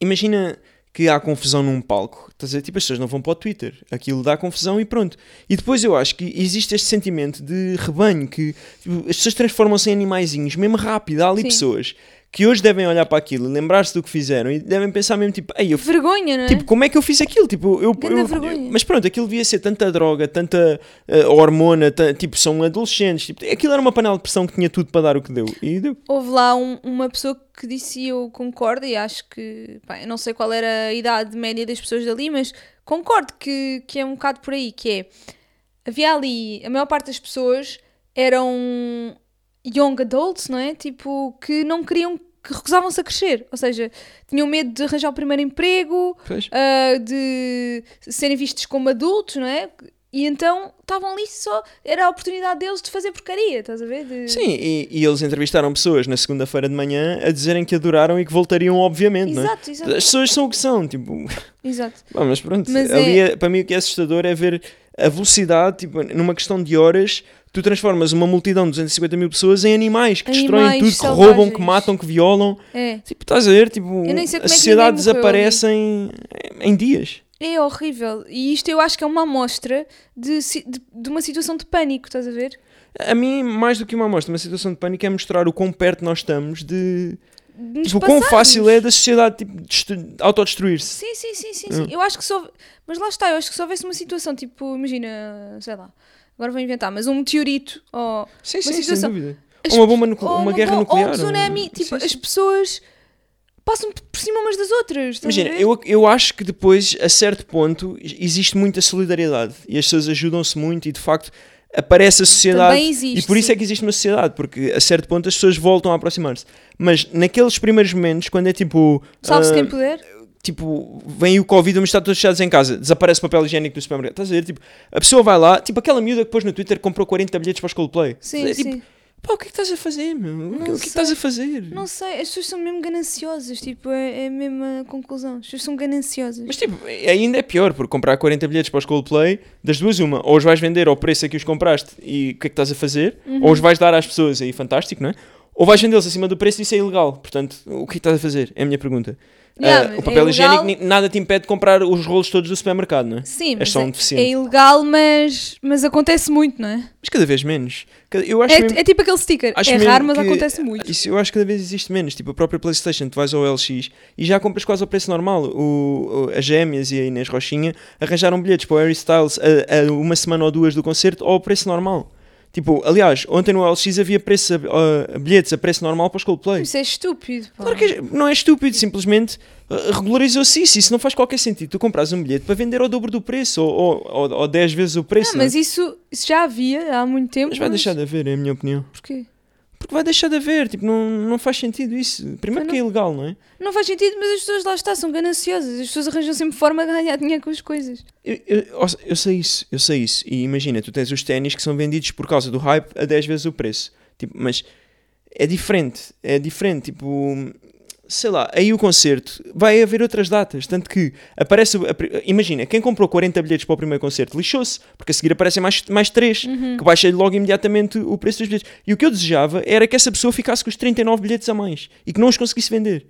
S3: imagina que há confusão num palco. Estás a dizer, tipo, as pessoas não vão para o Twitter. Aquilo dá confusão e pronto. E depois eu acho que existe este sentimento de rebanho que tipo, as pessoas transformam-se em animaizinhos, mesmo rápido. Há ali
S2: Sim.
S3: pessoas que hoje devem olhar para aquilo e lembrar-se do que fizeram e devem pensar mesmo tipo, ei, eu
S2: Vergonha, não é?
S3: Tipo, como é que eu fiz aquilo? Tipo, eu,
S2: Ganda
S3: eu-
S2: vergonha.
S3: eu- mas pronto, aquilo devia ser tanta droga, tanta eh, hormona, ta- tipo, são adolescentes. Tipo, aquilo era uma panela de pressão que tinha tudo para dar o que deu. E deu.
S2: Houve lá um- uma pessoa que disse e eu concordo e acho que, pá, eu não sei qual era a idade média das pessoas dali, mas concordo que, que é um bocado por aí, que é, havia ali, a maior parte das pessoas eram young adults, não é? Tipo, que não queriam, que recusavam-se a crescer, ou seja, tinham medo de arranjar o primeiro emprego, ah, de serem vistos como adultos, não é? E então estavam ali só, era a oportunidade deles de fazer porcaria, estás a ver? De-
S3: Sim, e, e eles entrevistaram pessoas na segunda-feira de manhã a dizerem que adoraram e que voltariam, obviamente, não é?
S2: Exato, exato,
S3: As pessoas são o que são, tipo, [laughs]
S2: exato.
S3: Bom, mas pronto,
S2: Mas é-
S3: ali é- para mim o que é assustador é ver a velocidade, tipo, numa questão de horas, tu transformas uma multidão de 250 mil pessoas em animais que destroem
S2: Animais
S3: tudo, que
S2: selvagens.
S3: roubam, que matam, que violam.
S2: É,
S3: Tipo, estás a ver? Tipo,
S2: Eu nem sei
S3: a
S2: como é que
S3: sociedade
S2: ninguém morreu
S3: desaparece em, em dias.
S2: é horrível. E isto eu acho que é uma amostra de, si- de, de uma situação de pânico, estás a ver?
S3: A mim, mais do que uma amostra, uma situação de pânico é mostrar o quão perto nós estamos de.
S2: De nos
S3: tipo, o quão
S2: passarmos.
S3: fácil é da sociedade tipo, destru- autodestruir-se.
S2: Sim, sim, sim, sim,
S3: É.
S2: sim. Eu acho que só. Mas lá está, eu acho que se houvesse uma situação tipo, imagina, sei lá, agora vou inventar, mas um meteorito ou.
S3: Sim, sim,
S2: situação-
S3: sem dúvida.
S2: as-
S3: Ou uma bomba nucle-
S2: ou
S3: uma guerra
S2: bom-
S3: nuclear.
S2: Ou um tsunami, tipo,
S3: Sim, sim.
S2: as pessoas passam por cima umas das outras. estás a
S3: Imagina,
S2: ver?
S3: eu, eu acho que depois, a certo ponto, existe muita solidariedade e as pessoas ajudam-se muito e de facto aparece a sociedade.
S2: Também existe,
S3: e por isso
S2: sim.
S3: é que existe uma sociedade, porque a certo ponto as pessoas voltam a aproximar-se. Mas naqueles primeiros momentos, quando é tipo.
S2: Salve-se
S3: ah,
S2: quem puder.
S3: Tipo, vem o Covid, vamos estar todos fechados em casa, desaparece o papel higiênico do supermercado. Estás a ver? Tipo, a pessoa vai lá, tipo aquela miúda que pôs no Twitter que comprou 40 bilhetes para os Coldplay.
S2: Sim,
S3: é, tipo,
S2: sim.
S3: Pá, o que é que estás a fazer, meu? O que, o que é que
S2: sei.
S3: estás a fazer?
S2: Não sei, as pessoas são mesmo gananciosas, tipo, é, é a mesma conclusão. As pessoas são gananciosas.
S3: Mas tipo, ainda é pior, porque comprar 40 bilhetes para os Coldplay, das duas uma, ou os vais vender ao preço a que os compraste e o que é que estás a fazer,
S2: Uhum.
S3: ou os vais dar às pessoas, aí fantástico, não é? Ou vais vendê-los acima do preço e isso é ilegal. Portanto, o que é que estás a fazer? É a minha pergunta.
S2: Yeah,
S3: Ah,
S2: mas
S3: o papel
S2: é
S3: higiênico
S2: ilegal.
S3: ni- nada te impede de comprar os rolos todos do supermercado, não é?
S2: Sim,
S3: És
S2: mas
S3: só um
S2: é,
S3: deficiente.
S2: é ilegal, mas, mas acontece muito, não é?
S3: Mas cada vez menos. Cada- Eu acho
S2: É,
S3: mesmo-
S2: é tipo aquele sticker.
S3: acho
S2: é
S3: mesmo
S2: raro, mas
S3: que-
S2: acontece muito.
S3: Isso eu acho que cada vez existe menos. Tipo, a própria PlayStation, tu vais ao LX e já compras quase ao preço normal. O, o- as Gêmeas e a Inês Rochinha arranjaram bilhetes para o Harry Styles a, a uma semana ou duas do concerto ao preço normal. Tipo, aliás, ontem no LX havia preço a- a- bilhetes a preço normal para os Coldplay.
S2: Isso é estúpido. pá.
S3: Claro que é- não é estúpido, simplesmente uh, regularizou-se isso. Isso não faz qualquer sentido. Tu compras um bilhete para vender ao dobro do preço ou, ou, ou, ou 10 vezes o preço.
S2: Não,
S3: não é?
S2: Ah, mas isso, isso já havia há muito tempo.
S3: mas vai deixar de haver, é a minha opinião.
S2: Porquê?
S3: Porque vai deixar de haver, tipo, não, não faz sentido isso. Primeiro
S2: Mas
S3: que é ilegal, não é?
S2: Não faz sentido, mas as pessoas lá está, são gananciosas. As pessoas arranjam sempre forma de ganhar dinheiro com as coisas.
S3: Eu, eu- ó, eu sei isso, eu sei isso. E imagina, tu tens os ténis que são vendidos por causa do hype a 10 vezes o preço. Tipo, mas é diferente, é diferente, tipo, sei lá, aí o concerto vai haver outras datas, tanto que aparece, a pri- imagina, quem comprou 40 bilhetes para o primeiro concerto lixou-se, porque a seguir aparecem mais, mais 3,
S2: Uhum.
S3: que baixa logo imediatamente o preço dos bilhetes. E o que eu desejava era que essa pessoa ficasse com os 39 bilhetes a mais e que não os conseguisse vender.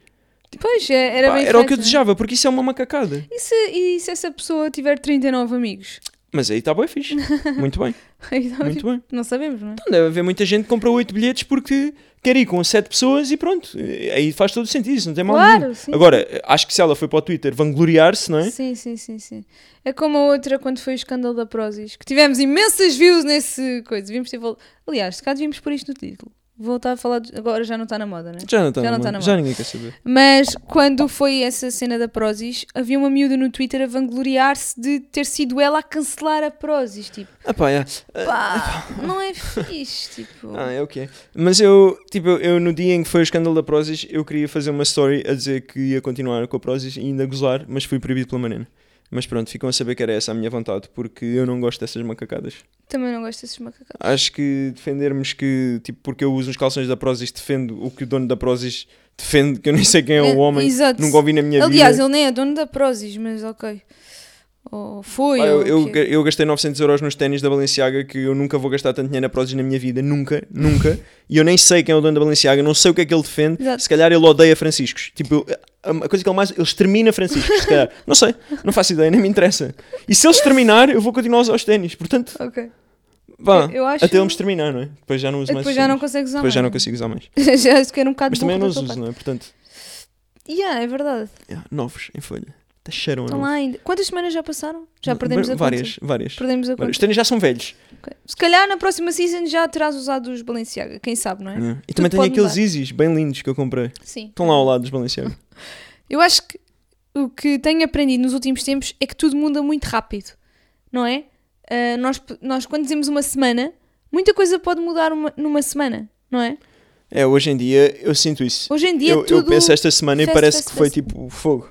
S2: Pois, é, era
S3: Pá,
S2: bem
S3: era o que eu
S2: feito,
S3: desejava, porque isso é uma macacada.
S2: não é? E se, e se essa pessoa tiver 39 amigos? [laughs]
S3: Mas aí está bem fixe. Muito bem,
S2: Então,
S3: muito bem.
S2: Não sabemos, não é?
S3: Então, deve haver muita gente que comprou 8 bilhetes porque quer ir com 7 pessoas e pronto. Aí faz todo sentido, isso não tem mal
S2: Claro,
S3: nenhum.
S2: sim.
S3: É Agora, acho que se ela foi para o Twitter vangloriar-se, não é?
S2: Sim, sim, sim, sim. É como a outra quando foi o escândalo da Prozis, que tivemos imensas views nesse coisa. Devíamos ter vol- Aliás, se cá devíamos pôr isto no título. Voltar a falar. de- Agora já não está na moda, né?
S3: Já não está
S2: Já não
S3: na
S2: está
S3: mão.
S2: na
S3: Já
S2: mão.
S3: ninguém quer saber.
S2: Mas quando foi essa cena da Prozis, havia uma miúda no Twitter a vangloriar-se de ter sido ela a cancelar a Prozis. Tipo,
S3: Ah pá, é.
S2: pá, não é fixe. [laughs] Tipo,
S3: Ah, é o que é. Mas eu, tipo, eu, eu no dia em que foi o escândalo da Prozis, eu queria fazer uma story a dizer que ia continuar com a Prozis e ainda gozar, mas fui proibido pela Marina. Mas pronto, ficam a saber que era essa a minha vontade, porque eu não gosto dessas macacadas.
S2: também não gosto desses macacados.
S3: Acho que defendermos que, tipo, porque eu uso uns calções da Prozis, defendo o que o dono da Prozis defende, que eu nem sei quem é o
S2: É,
S3: homem,
S2: exato.
S3: nunca ouvi na minha
S2: Aliás,
S3: vida.
S2: ele nem é dono da Prozis, mas ok. Ou foi.
S3: Pá, Ah, eu,
S2: ou o
S3: eu,
S2: quê.
S3: eu gastei 900 euros nos ténis da Balenciaga, que eu nunca vou gastar tanto dinheiro na Prozis na minha vida, nunca, nunca. e eu nem sei quem é o dono da Balenciaga, não sei o que é que ele defende.
S2: Exato.
S3: Se calhar ele odeia Franciscos. Tipo, eu- a a coisa que ele mais. Ele extermina Franciscos, se calhar. não sei, não faço ideia, nem me interessa. E se ele exterminar, eu vou continuar a usar os ténis. Portanto,
S2: Ok.
S3: Vá,
S2: Eu- eu acho-
S3: Ah. até eles terminar, não é? Depois já não uso mais.
S2: Depois já não
S3: cenas.
S2: consegues usar
S3: Depois já não
S2: mais.
S3: consigo usar mais.
S2: [laughs] já fiquei um bocado
S3: Mas também
S2: burra
S3: eu não
S2: da
S3: os
S2: tua
S3: uso,
S2: parte.
S3: não é? Portanto,
S2: Yeah, é verdade.
S3: yeah, novos em folha. Até cheiram a
S2: Estão
S3: novo.
S2: lá ainda. Quantas semanas já passaram? Já perdemos a conta.
S3: é? Várias, várias.
S2: Perdemos a
S3: várias. Os
S2: conta.
S3: tênis já são velhos.
S2: Ok. Se calhar na próxima season já terás usado os Balenciaga, quem sabe, não é?
S3: Yeah. E também tenho
S2: pode
S3: aqueles
S2: mudar.
S3: Yeezys bem lindos que eu comprei.
S2: Sim.
S3: Hum. Estão lá ao lado dos Balenciaga.
S2: Eu acho que o que tenho aprendido nos últimos tempos é que tudo muda muito rápido, não é? Ah, nós, nós, quando dizemos uma semana, muita coisa pode mudar uma- numa semana, não é?
S3: é, hoje em dia eu sinto isso.
S2: Hoje em dia
S3: eu, eu
S2: tudo.
S3: penso esta semana e
S2: fast,
S3: parece
S2: fast,
S3: que foi
S2: fast.
S3: tipo fogo.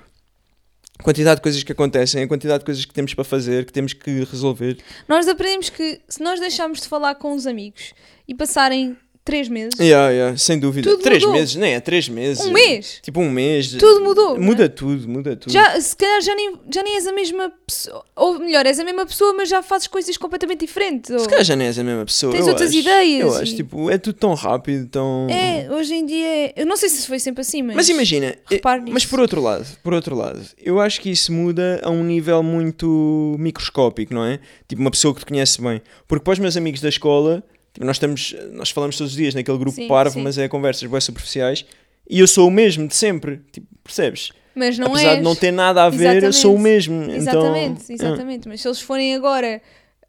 S3: A quantidade de coisas que acontecem, a quantidade de coisas que temos para fazer, que temos que resolver.
S2: Nós aprendemos que se nós deixarmos de falar com os amigos e passarem três meses,
S3: Yeah, yeah, sem dúvida.
S2: Tudo
S3: três
S2: mudou.
S3: meses, nem é? Três meses.
S2: um mês,
S3: Tipo um mês.
S2: tudo mudou. não é?
S3: Muda tudo, muda tudo.
S2: Já, se calhar já nem, já nem és a mesma pessoa, ou melhor, és a mesma pessoa, mas já fazes coisas completamente diferentes. ou-
S3: Se calhar já nem és a mesma pessoa.
S2: Tens
S3: eu
S2: outras
S3: acho.
S2: ideias
S3: Eu acho,
S2: e-
S3: tipo, é tudo tão rápido, tão.
S2: É, hoje em dia é. Eu não sei se foi sempre assim, mas.
S3: Mas imagina, eh,
S2: repare
S3: mas
S2: nisso.
S3: por outro lado, por outro lado, eu acho que isso muda a um nível muito microscópico, não é? Tipo uma pessoa que te conhece bem. Porque para os meus amigos da escola, tipo, nós estamos, nós falamos todos os dias naquele grupo
S2: Sim,
S3: parvo,
S2: sim.
S3: mas é conversas bem superficiais, e eu sou o mesmo de sempre, tipo, percebes?
S2: Mas não
S3: Apesar
S2: és.
S3: de não ter nada a ver, eu sou o mesmo.
S2: Exatamente,
S3: então,
S2: exatamente. Mas se eles forem agora,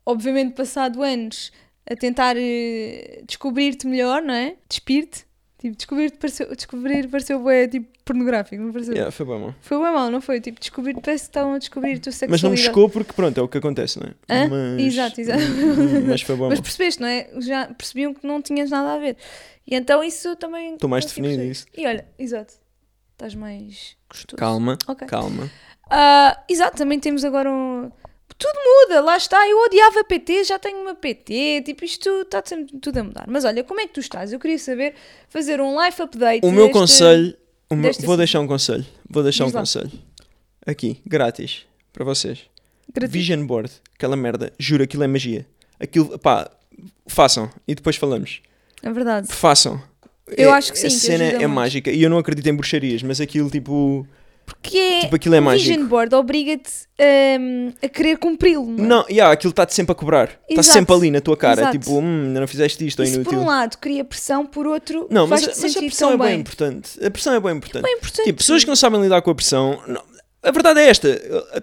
S2: obviamente passado anos, a tentar eh, descobrir-te melhor, não é? Despir-te. Tipo, descobrir-te pareceu, descobrir pareceu bué, tipo, pornográfico, não pareceu?
S3: eh, yeah, foi bom, mano.
S2: Foi bem mal, não foi? Tipo, descobrir, parece que estavam a descobrir a tua
S3: Mas não me
S2: sexualidade.
S3: chocou porque pronto, é o que acontece, não é?
S2: Hã?
S3: Mas, hum,
S2: Exato, exato.
S3: mas foi bom.
S2: [laughs] Mas
S3: mano.
S2: percebeste, não é? Já percebiam que não tinhas nada a ver. E então isso também.
S3: Estou mais
S2: consigo
S3: definido,
S2: perceber. E olha, exato. Estás mais gostoso.
S3: Calma,
S2: Ok.
S3: calma.
S2: Ah, exato, também temos agora um. Tudo muda, lá está. Eu odiava PT, já tenho uma PT. Tipo, isto está sempre tudo a mudar. Mas olha, como é que tu estás? Eu queria saber, fazer um life update.
S3: O meu
S2: desta-
S3: conselho. o meu-
S2: desta
S3: vou
S2: semana.
S3: deixar um conselho. Vou deixar
S2: assim. Diz
S3: um
S2: lá.
S3: conselho. Aqui, grátis. Para vocês.
S2: Gratuito.
S3: Vision Board. Aquela merda. Juro, aquilo é magia. Aquilo. Pá, façam. E depois falamos.
S2: É verdade.
S3: Façam.
S2: Eu
S3: É-
S2: acho que sim,
S3: A
S2: que
S3: cena
S2: ajuda
S3: é
S2: muito.
S3: mágica. E eu não acredito em bruxarias, mas aquilo, tipo.
S2: Porque é.
S3: Tipo, aquilo é
S2: o
S3: mágico.
S2: Vision Board obriga-te hum, a querer cumpri-lo. é?
S3: Não, yeah, aquilo está-te sempre a cobrar. Está
S2: Exato.
S3: sempre ali na tua cara.
S2: Exato.
S3: Tipo, hum, ainda não fizeste isto, é
S2: Isso por
S3: inútil.
S2: um lado cria pressão, por outro
S3: não, mas,
S2: faz-te
S3: mas a
S2: sentir
S3: pressão é
S2: tão
S3: bem.
S2: bem.
S3: importante. A pressão é bem importante.
S2: É importante.
S3: Tipo, pessoas que não sabem lidar com a pressão. não- a verdade é esta.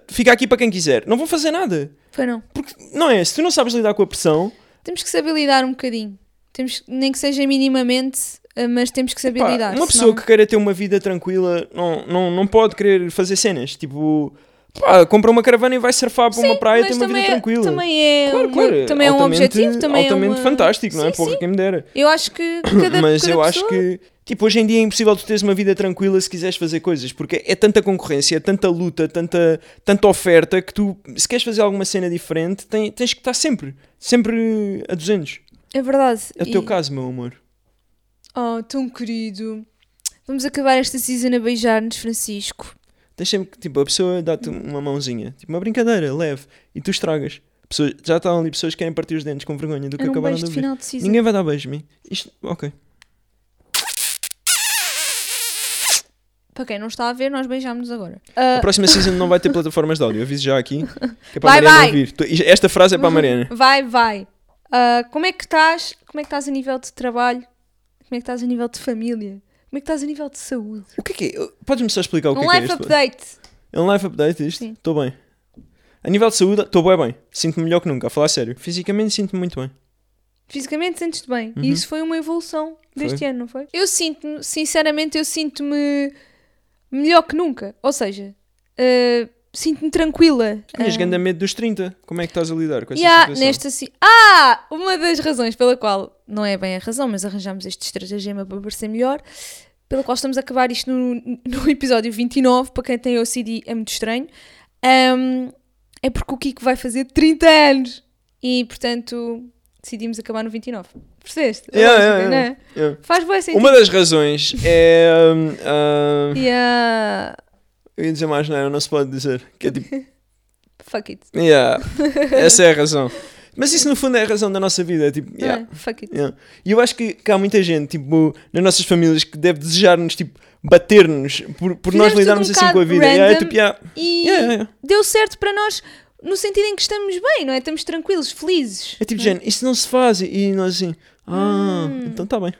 S3: Fica aqui para quem quiser. Não vão fazer nada.
S2: Foi não.
S3: Porque, não é? Se tu não sabes lidar com a pressão,
S2: Temos que saber lidar um bocadinho. Temos, nem que seja minimamente, eh, mas temos que saber
S3: pá,
S2: lidar.
S3: uma
S2: senão-
S3: pessoa que queira ter uma vida tranquila não, não, não pode querer fazer cenas. Tipo, pá, compra uma caravana e vai surfar para uma praia e
S2: Mas
S3: tem uma vida
S2: também é-
S3: tranquila.
S2: Também é,
S3: claro,
S2: um,
S3: claro.
S2: também é um
S3: altamente-
S2: objetivo, também
S3: altamente
S2: é uma...
S3: fantástico, não é?
S2: Sim,
S3: Porra,
S2: sim.
S3: quem me dera.
S2: Eu acho
S3: [coughs]
S2: que cada,
S3: Mas
S2: cada
S3: eu acho
S2: pessoa-
S3: que, tipo, hoje em dia é impossível tu teres uma vida tranquila se quiseres fazer coisas, porque é tanta concorrência, é tanta luta, tanta, tanta oferta que tu, se queres fazer alguma cena diferente, tem- tens que estar sempre, sempre a 200.
S2: É verdade.
S3: É o teu
S2: E-
S3: caso, meu amor.
S2: Oh, tão querido. Vamos acabar esta season a beijar-nos, Francisco.
S3: Tens sempre que, tipo, a pessoa dá-te uma mãozinha, tipo, uma brincadeira, leve, e tu estragas. Pessoas, já estão ali pessoas que querem partir os dentes com vergonha do que
S2: Era um
S3: acabaram
S2: beijo
S3: de
S2: de
S3: ouvir.
S2: final de season.
S3: Ninguém vai dar beijo a mim. Isto, ok.
S2: Para quem não está a ver, nós beijámos-nos agora. Ah,
S3: A próxima season não vai ter plataformas de áudio, aviso já aqui.
S2: [laughs]
S3: Que é para
S2: Vai,
S3: a Mariana
S2: vai.
S3: ouvir. Tu- Esta frase é
S2: [laughs]
S3: para a Mariana.
S2: Vai, vai. Ah, como é que estás? Como é que estás a nível de trabalho? Como é que estás a nível de família? Como é que estás a nível de saúde?
S3: O que é que é? Podes-me só explicar o que
S2: um
S3: é que é
S2: life
S3: isto?
S2: update.
S3: É um life update isto?
S2: Sim.
S3: Estou bem. A nível de saúde, estou bem bem. Sinto-me melhor que nunca, a falar sério. Fisicamente sinto-me muito bem.
S2: Fisicamente sentes-te bem.
S3: Uhum.
S2: E isso foi uma evolução deste ano, não foi? Eu sinto-me, sinceramente, eu sinto-me melhor que nunca. Ou seja, ah, sinto-me tranquila.
S3: Tinhas
S2: Ah,
S3: grande medo dos 30. Como é que estás a lidar com essa
S2: E há
S3: situação?
S2: nesta si- Ah! Uma das razões pela qual, não é bem a razão, mas arranjámos este estratagema para parecer melhor, pela qual estamos a acabar isto no, [laughs] no episódio 29, para quem tem OCD é muito estranho, ahm, é porque o Kiko vai fazer 30 anos e, portanto, decidimos acabar no 29. Percebeste? A
S3: Yeah,
S2: lógica,
S3: yeah,
S2: não é?
S3: yeah. Yeah.
S2: Faz boa sentido.
S3: Uma das razões é. hum, hum,
S2: Yeah.
S3: eu ia dizer mais, não, não se pode dizer. Que
S2: [laughs]
S3: é tipo.
S2: Fuck it.
S3: Yeah. Essa é a razão. Mas isso no fundo é a razão da nossa vida. é Tipo,
S2: não
S3: yeah.
S2: é? fuck it.
S3: Yeah. E eu acho que, que há muita gente, tipo, nas nossas famílias que deve desejar-nos, tipo, bater-nos por, por
S2: Fizemos
S3: nós
S2: tudo
S3: lidarmos
S2: um
S3: assim com a
S2: bocado
S3: vida. Yeah, é
S2: random
S3: tipo, yeah.
S2: E
S3: Yeah, yeah, yeah.
S2: deu certo para nós. no sentido em que estamos bem, não é? Estamos tranquilos, felizes.
S3: É tipo, gente, isso não se faz. E nós assim, ah, então tá bem.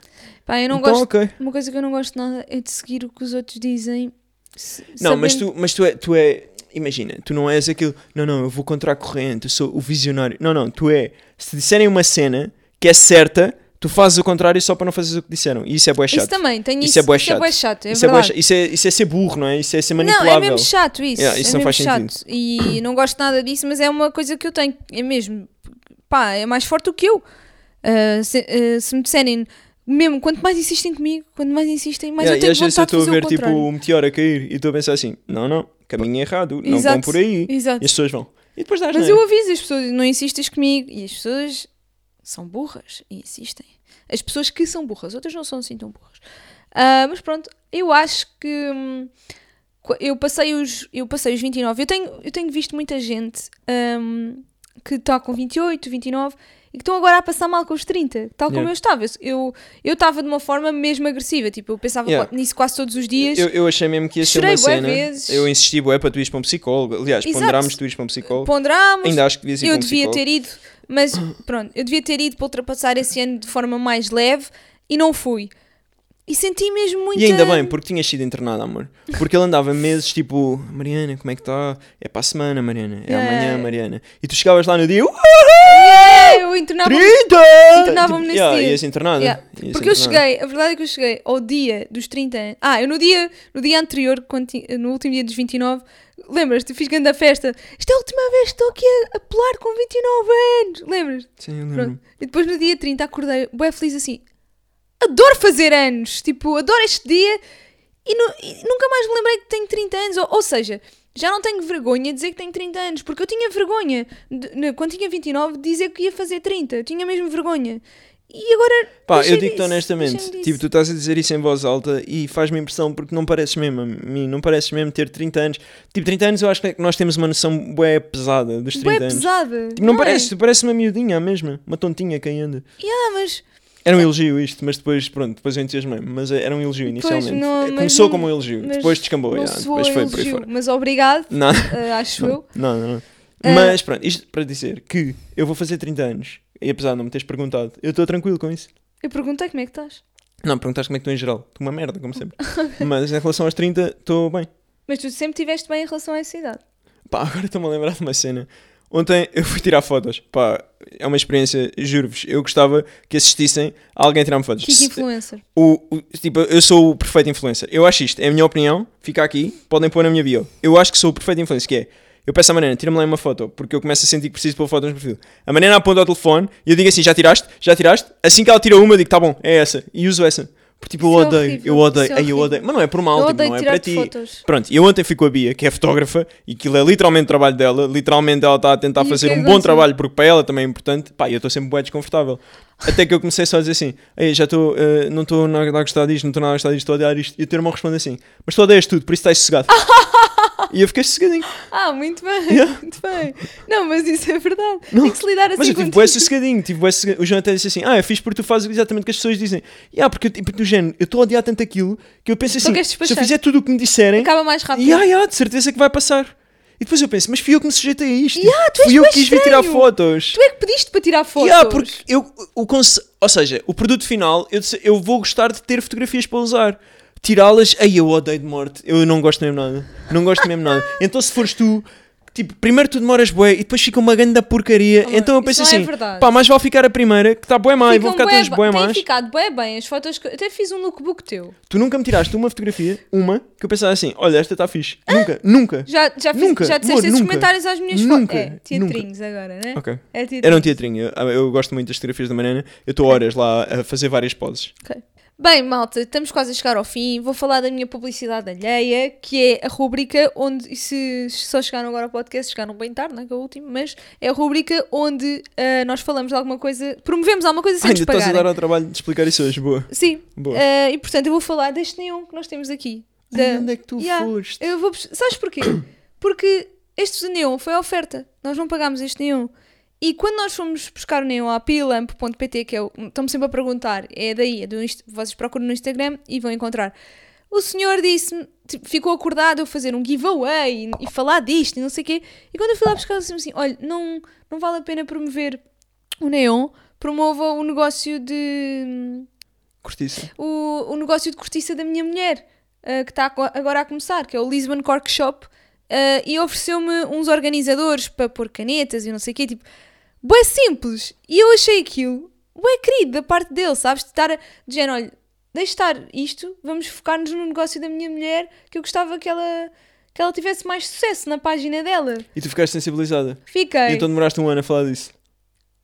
S2: Pá, eu Hum. não
S3: então,
S2: gosto.
S3: ok.
S2: Uma coisa que eu não gosto nada é de seguir o que os outros dizem. se-
S3: Não, mas
S2: sabendo-
S3: tu, mas tu é, tu é, imagina, tu não és aquilo, não, não, eu vou contra a corrente, eu sou o visionário. Não, não, tu é, se te disserem uma cena que é certa, tu fazes o contrário só para não fazeres o que disseram. E isso é bué chato.
S2: Isso também, tenho
S3: Isso
S2: isso.
S3: é bué chato.
S2: bué chato, é
S3: isso, é bué
S2: verdade.
S3: cha- isso, é, isso é ser burro, não é? Isso é ser manipulável.
S2: Não, é mesmo chato isso.
S3: Yeah, isso
S2: é
S3: não
S2: mesmo
S3: faz
S2: chato. E não gosto nada disso, mas é uma coisa que eu tenho. É mesmo. Pá, é mais forte do que eu. Ah, se, ah, se me disserem, mesmo, quanto mais insistem comigo, quanto mais insistem, mais
S3: Yeah,
S2: eu tenho
S3: e às vezes eu
S2: vontade de
S3: estou a
S2: fazer
S3: ver
S2: o
S3: tipo
S2: contrário.
S3: o meteoro a cair e estou a pensar assim: não, não, caminho errado, não vão
S2: Exato,
S3: por aí.
S2: Exato.
S3: E as pessoas vão. E depois dás,
S2: Mas
S3: não é?
S2: eu aviso as pessoas, não insistas comigo. E as pessoas são burras e insistem. As pessoas que são burras, outras não são assim tão burras. Ah, mas pronto, eu acho que hum, qu- eu passei os, eu passei os 29. Eu tenho, eu tenho visto muita gente hum, que está com 28, 29 e que estão agora a passar mal com os 30, tal como
S3: Yeah.
S2: eu estava. Eu- Eu eu estava de uma forma mesmo agressiva, tipo, eu pensava
S3: Yeah.
S2: nisso quase todos os dias.
S3: Eu, eu achei mesmo que ia ser
S2: Chorei
S3: uma
S2: bué
S3: cena.
S2: vezes.
S3: Eu insisti, bué, para tu ires para um psicólogo. Aliás,
S2: Exato.
S3: ponderámos tu ires para um psicólogo.
S2: Ponderámos,
S3: Ainda acho que devias ir para
S2: eu
S3: um
S2: devia
S3: psicólogo.
S2: ter ido, mas pronto, eu devia ter ido para ultrapassar esse ano de forma mais leve e não fui. E senti mesmo muito.
S3: E ainda bem, porque tinhas sido internada, amor. Porque ele andava meses tipo, Mariana, como é que está? É para a semana, Mariana. É
S2: Yeah.
S3: amanhã, Mariana. E tu chegavas lá no dia, uh,
S2: eu internava
S3: 30!
S2: Internavam-me nesse
S3: Tipo, yeah,
S2: dia.
S3: Ias internada.
S2: Yeah.
S3: Ias
S2: Porque eu
S3: internada.
S2: cheguei, a verdade é que eu cheguei ao dia dos 30 anos. Ah, eu no dia, no dia anterior, quando ti- no último dia dos 29, lembras-te, fiz grande a festa. Isto é a última vez que estou aqui a apelar com 29 anos, lembras?
S3: Sim, eu
S2: Pronto.
S3: lembro.
S2: E depois no dia 30 acordei, bem feliz assim. Adoro fazer anos, tipo, adoro este dia e, nu- e nunca mais me lembrei que tenho 30 anos. Ou, ou seja, já não tenho vergonha de dizer que tenho 30 anos, porque eu tinha vergonha de- ne- quando tinha 29 de dizer que ia fazer 30, eu tinha mesmo vergonha. E agora.
S3: Pá,
S2: deixei
S3: eu digo-te
S2: disso,
S3: honestamente,
S2: deixei-me
S3: tipo,
S2: disso.
S3: tu estás a dizer isso em voz alta e faz-me impressão porque não pareces mesmo a mim, não pareces mesmo ter 30 anos. Tipo, 30 anos eu acho que nós temos uma noção bué pesada dos 30
S2: Bué
S3: anos.
S2: pesada.
S3: Tipo, não,
S2: é?
S3: parece, parece uma miudinha a mesma, uma tontinha quem anda.
S2: Ah, mas
S3: Era um elogio isto, mas depois, pronto, depois eu entusiasmei. Mas era um elogio
S2: Pois,
S3: inicialmente.
S2: não, mas
S3: Começou
S2: não-
S3: como um elogio,
S2: mas
S3: depois descambou.
S2: não
S3: já,
S2: sou
S3: depois foi por aí
S2: elogio,
S3: fora.
S2: mas obrigado,
S3: Não,
S2: ah, acho eu.
S3: [laughs] não, não. não.
S2: Ah.
S3: Mas pronto, isto para dizer que eu vou fazer 30 anos e apesar de não me teres perguntado, eu estou tranquilo com isso.
S2: Eu perguntei como é que estás.
S3: Não, perguntaste como é que estou em geral. Estou uma merda, como sempre. Mas em relação aos 30, estou bem.
S2: Mas tu sempre estiveste bem em relação a essa idade.
S3: Pá, agora estou-me a lembrar de uma cena. Ontem eu fui tirar fotos. Pá, é uma experiência, juro-vos. Eu gostava que assistissem a alguém tirar-me fotos.
S2: Kiki
S3: Se-
S2: influencer.
S3: o, o- tipo, eu sou o perfeito influencer. Eu acho isto, é a minha opinião, fica aqui, podem pôr na minha bio. Eu acho que sou o perfeito influencer, que é. Eu peço à Mariana, tira-me lá uma foto, porque eu começo a sentir que preciso pôr foto no perfil. A Mariana aponta o telefone e eu digo assim: já tiraste? Já tiraste? Assim que ela tira uma, eu digo: tá bom, é essa. E uso essa. Porque tipo, eu
S2: Isso é
S3: odeio,
S2: horrível,
S3: eu
S2: isso
S3: odeio,
S2: é
S3: ai, eu
S2: horrível.
S3: odeio. Mas não é por mal,
S2: Eu
S3: tipo,
S2: odeio
S3: não é para
S2: tirar-te
S3: ti.
S2: fotos.
S3: Pronto, e eu ontem fui com a Bia, que é fotógrafa, e aquilo é literalmente o trabalho dela. Literalmente ela está a tentar
S2: E o
S3: fazer
S2: que é
S3: um
S2: que
S3: bom
S2: aconteceu?
S3: trabalho, porque para ela também é importante. Pá, eu estou sempre bem desconfortável. Até que eu comecei só a dizer assim: Ei, já estou, eh, não estou nada a gostar disto, não estou nada a gostar disto, estou a odiar isto. E o teu irmão responde assim: Mas tu odeias tudo, por isso
S2: [laughs]
S3: estás sossegado. e eu fiquei sossegadinho.
S2: Ah, muito bem,
S3: Yeah.
S2: muito bem. Não, mas isso é verdade.
S3: Não,
S2: Tem que se lidar assim
S3: Mas eu
S2: com
S3: tive
S2: tudo.
S3: bué sossegadinho, tive bué sossegadinho. O João até disse assim: Ah, eu fiz porque tu fazes exatamente o que as pessoas dizem. E ah, porque eu, tipo, do género, eu estou a odiar tanto aquilo que eu penso
S2: Só
S3: assim:
S2: queres
S3: Se eu
S2: despachar."
S3: fizer tudo o que me disserem,
S2: Acaba mais rápido.
S3: E ai, ai, de certeza que vai passar. E depois eu penso, mas fui eu que me sujeitei a isto.
S2: Ya, tu és
S3: fui eu que
S2: bué
S3: quis vir tirar
S2: estranho.
S3: fotos.
S2: Tu é que pediste para tirar fotos.
S3: Ya, porque eu, o conce... Ou seja, o produto final, eu, disse- eu vou gostar de ter fotografias para usar. Tirá-las, ai, eu odeio de morte. Eu não gosto mesmo nada. Não gosto
S2: [laughs]
S3: mesmo nada. Então se fores tu, tipo, primeiro tu demoras bué e depois fica uma grande porcaria.
S2: Amor,
S3: então eu
S2: isso
S3: penso
S2: não é
S3: assim,
S2: verdade.
S3: pá, mais vale ficar a primeira, que está bué má e vão
S2: Ficam
S3: ficar todas bué
S2: Tem
S3: más.
S2: ficado bué bem as fotos. Que... eu Até fiz um lookbook teu.
S3: Tu nunca me tiraste uma fotografia, uma, que eu pensava assim, olha, esta está fixe. Nunca, nunca.
S2: Já, já, fiz,
S3: Nunca,
S2: já disseste
S3: amor,
S2: esses
S3: nunca.
S2: comentários às minhas
S3: Nunca,
S2: fotos. É,
S3: nunca.
S2: teatrinhos agora, né?
S3: Ok.
S2: É teatrinhos.
S3: Era um teatrinho. Eu, eu gosto muito das fotografias da Mariana. Eu estou horas lá a fazer várias poses.
S2: Ok. Bem, malta, estamos quase a chegar ao fim. Vou falar da minha publicidade alheia, que é a rubrica onde, e se só chegaram agora ao podcast, chegaram bem tarde, não é que é o último, mas é a rubrica onde ah, nós falamos de alguma coisa, promovemos alguma coisa sem é nos
S3: Ainda estás a
S2: pagarem.
S3: dar ao trabalho de explicar isso hoje. Boa.
S2: Sim,
S3: Boa.
S2: Ah, e portanto eu vou falar deste neon que nós temos aqui. Da-
S3: Ai, onde é que tu
S2: Yeah.
S3: foste?
S2: Eu vou... pes- Sabes
S3: [coughs]
S2: porquê? Porque este neon foi a oferta. Nós não pagámos este neon. E quando nós fomos buscar o neon à pilamp.pt, que é o... Estão-me sempre a perguntar. É daí, é do Inst- vocês procuram no Instagram e vão encontrar. O senhor disse-me, tipo, ficou acordado eu fazer um giveaway e, e falar disto e não sei o quê. E quando eu fui lá buscar, disse-me assim: olha, não, não vale a pena promover o Neon, promova o negócio de. hum,
S3: Cortiça.
S2: o, o negócio de cortiça da minha mulher, ah, que está ago- agora a começar, que é o Lisbon Cork Shop, ah, e ofereceu-me uns organizadores para pôr canetas e não sei o quê, tipo, bué simples. E eu achei aquilo, bué querido da parte dele, sabes? De estar a, de género, olha, deixa estar isto, vamos focar-nos no negócio da minha mulher, que eu gostava que ela, que ela tivesse mais sucesso na página dela.
S3: E tu ficaste sensibilizada.
S2: Fiquei.
S3: E então demoraste um ano a falar disso.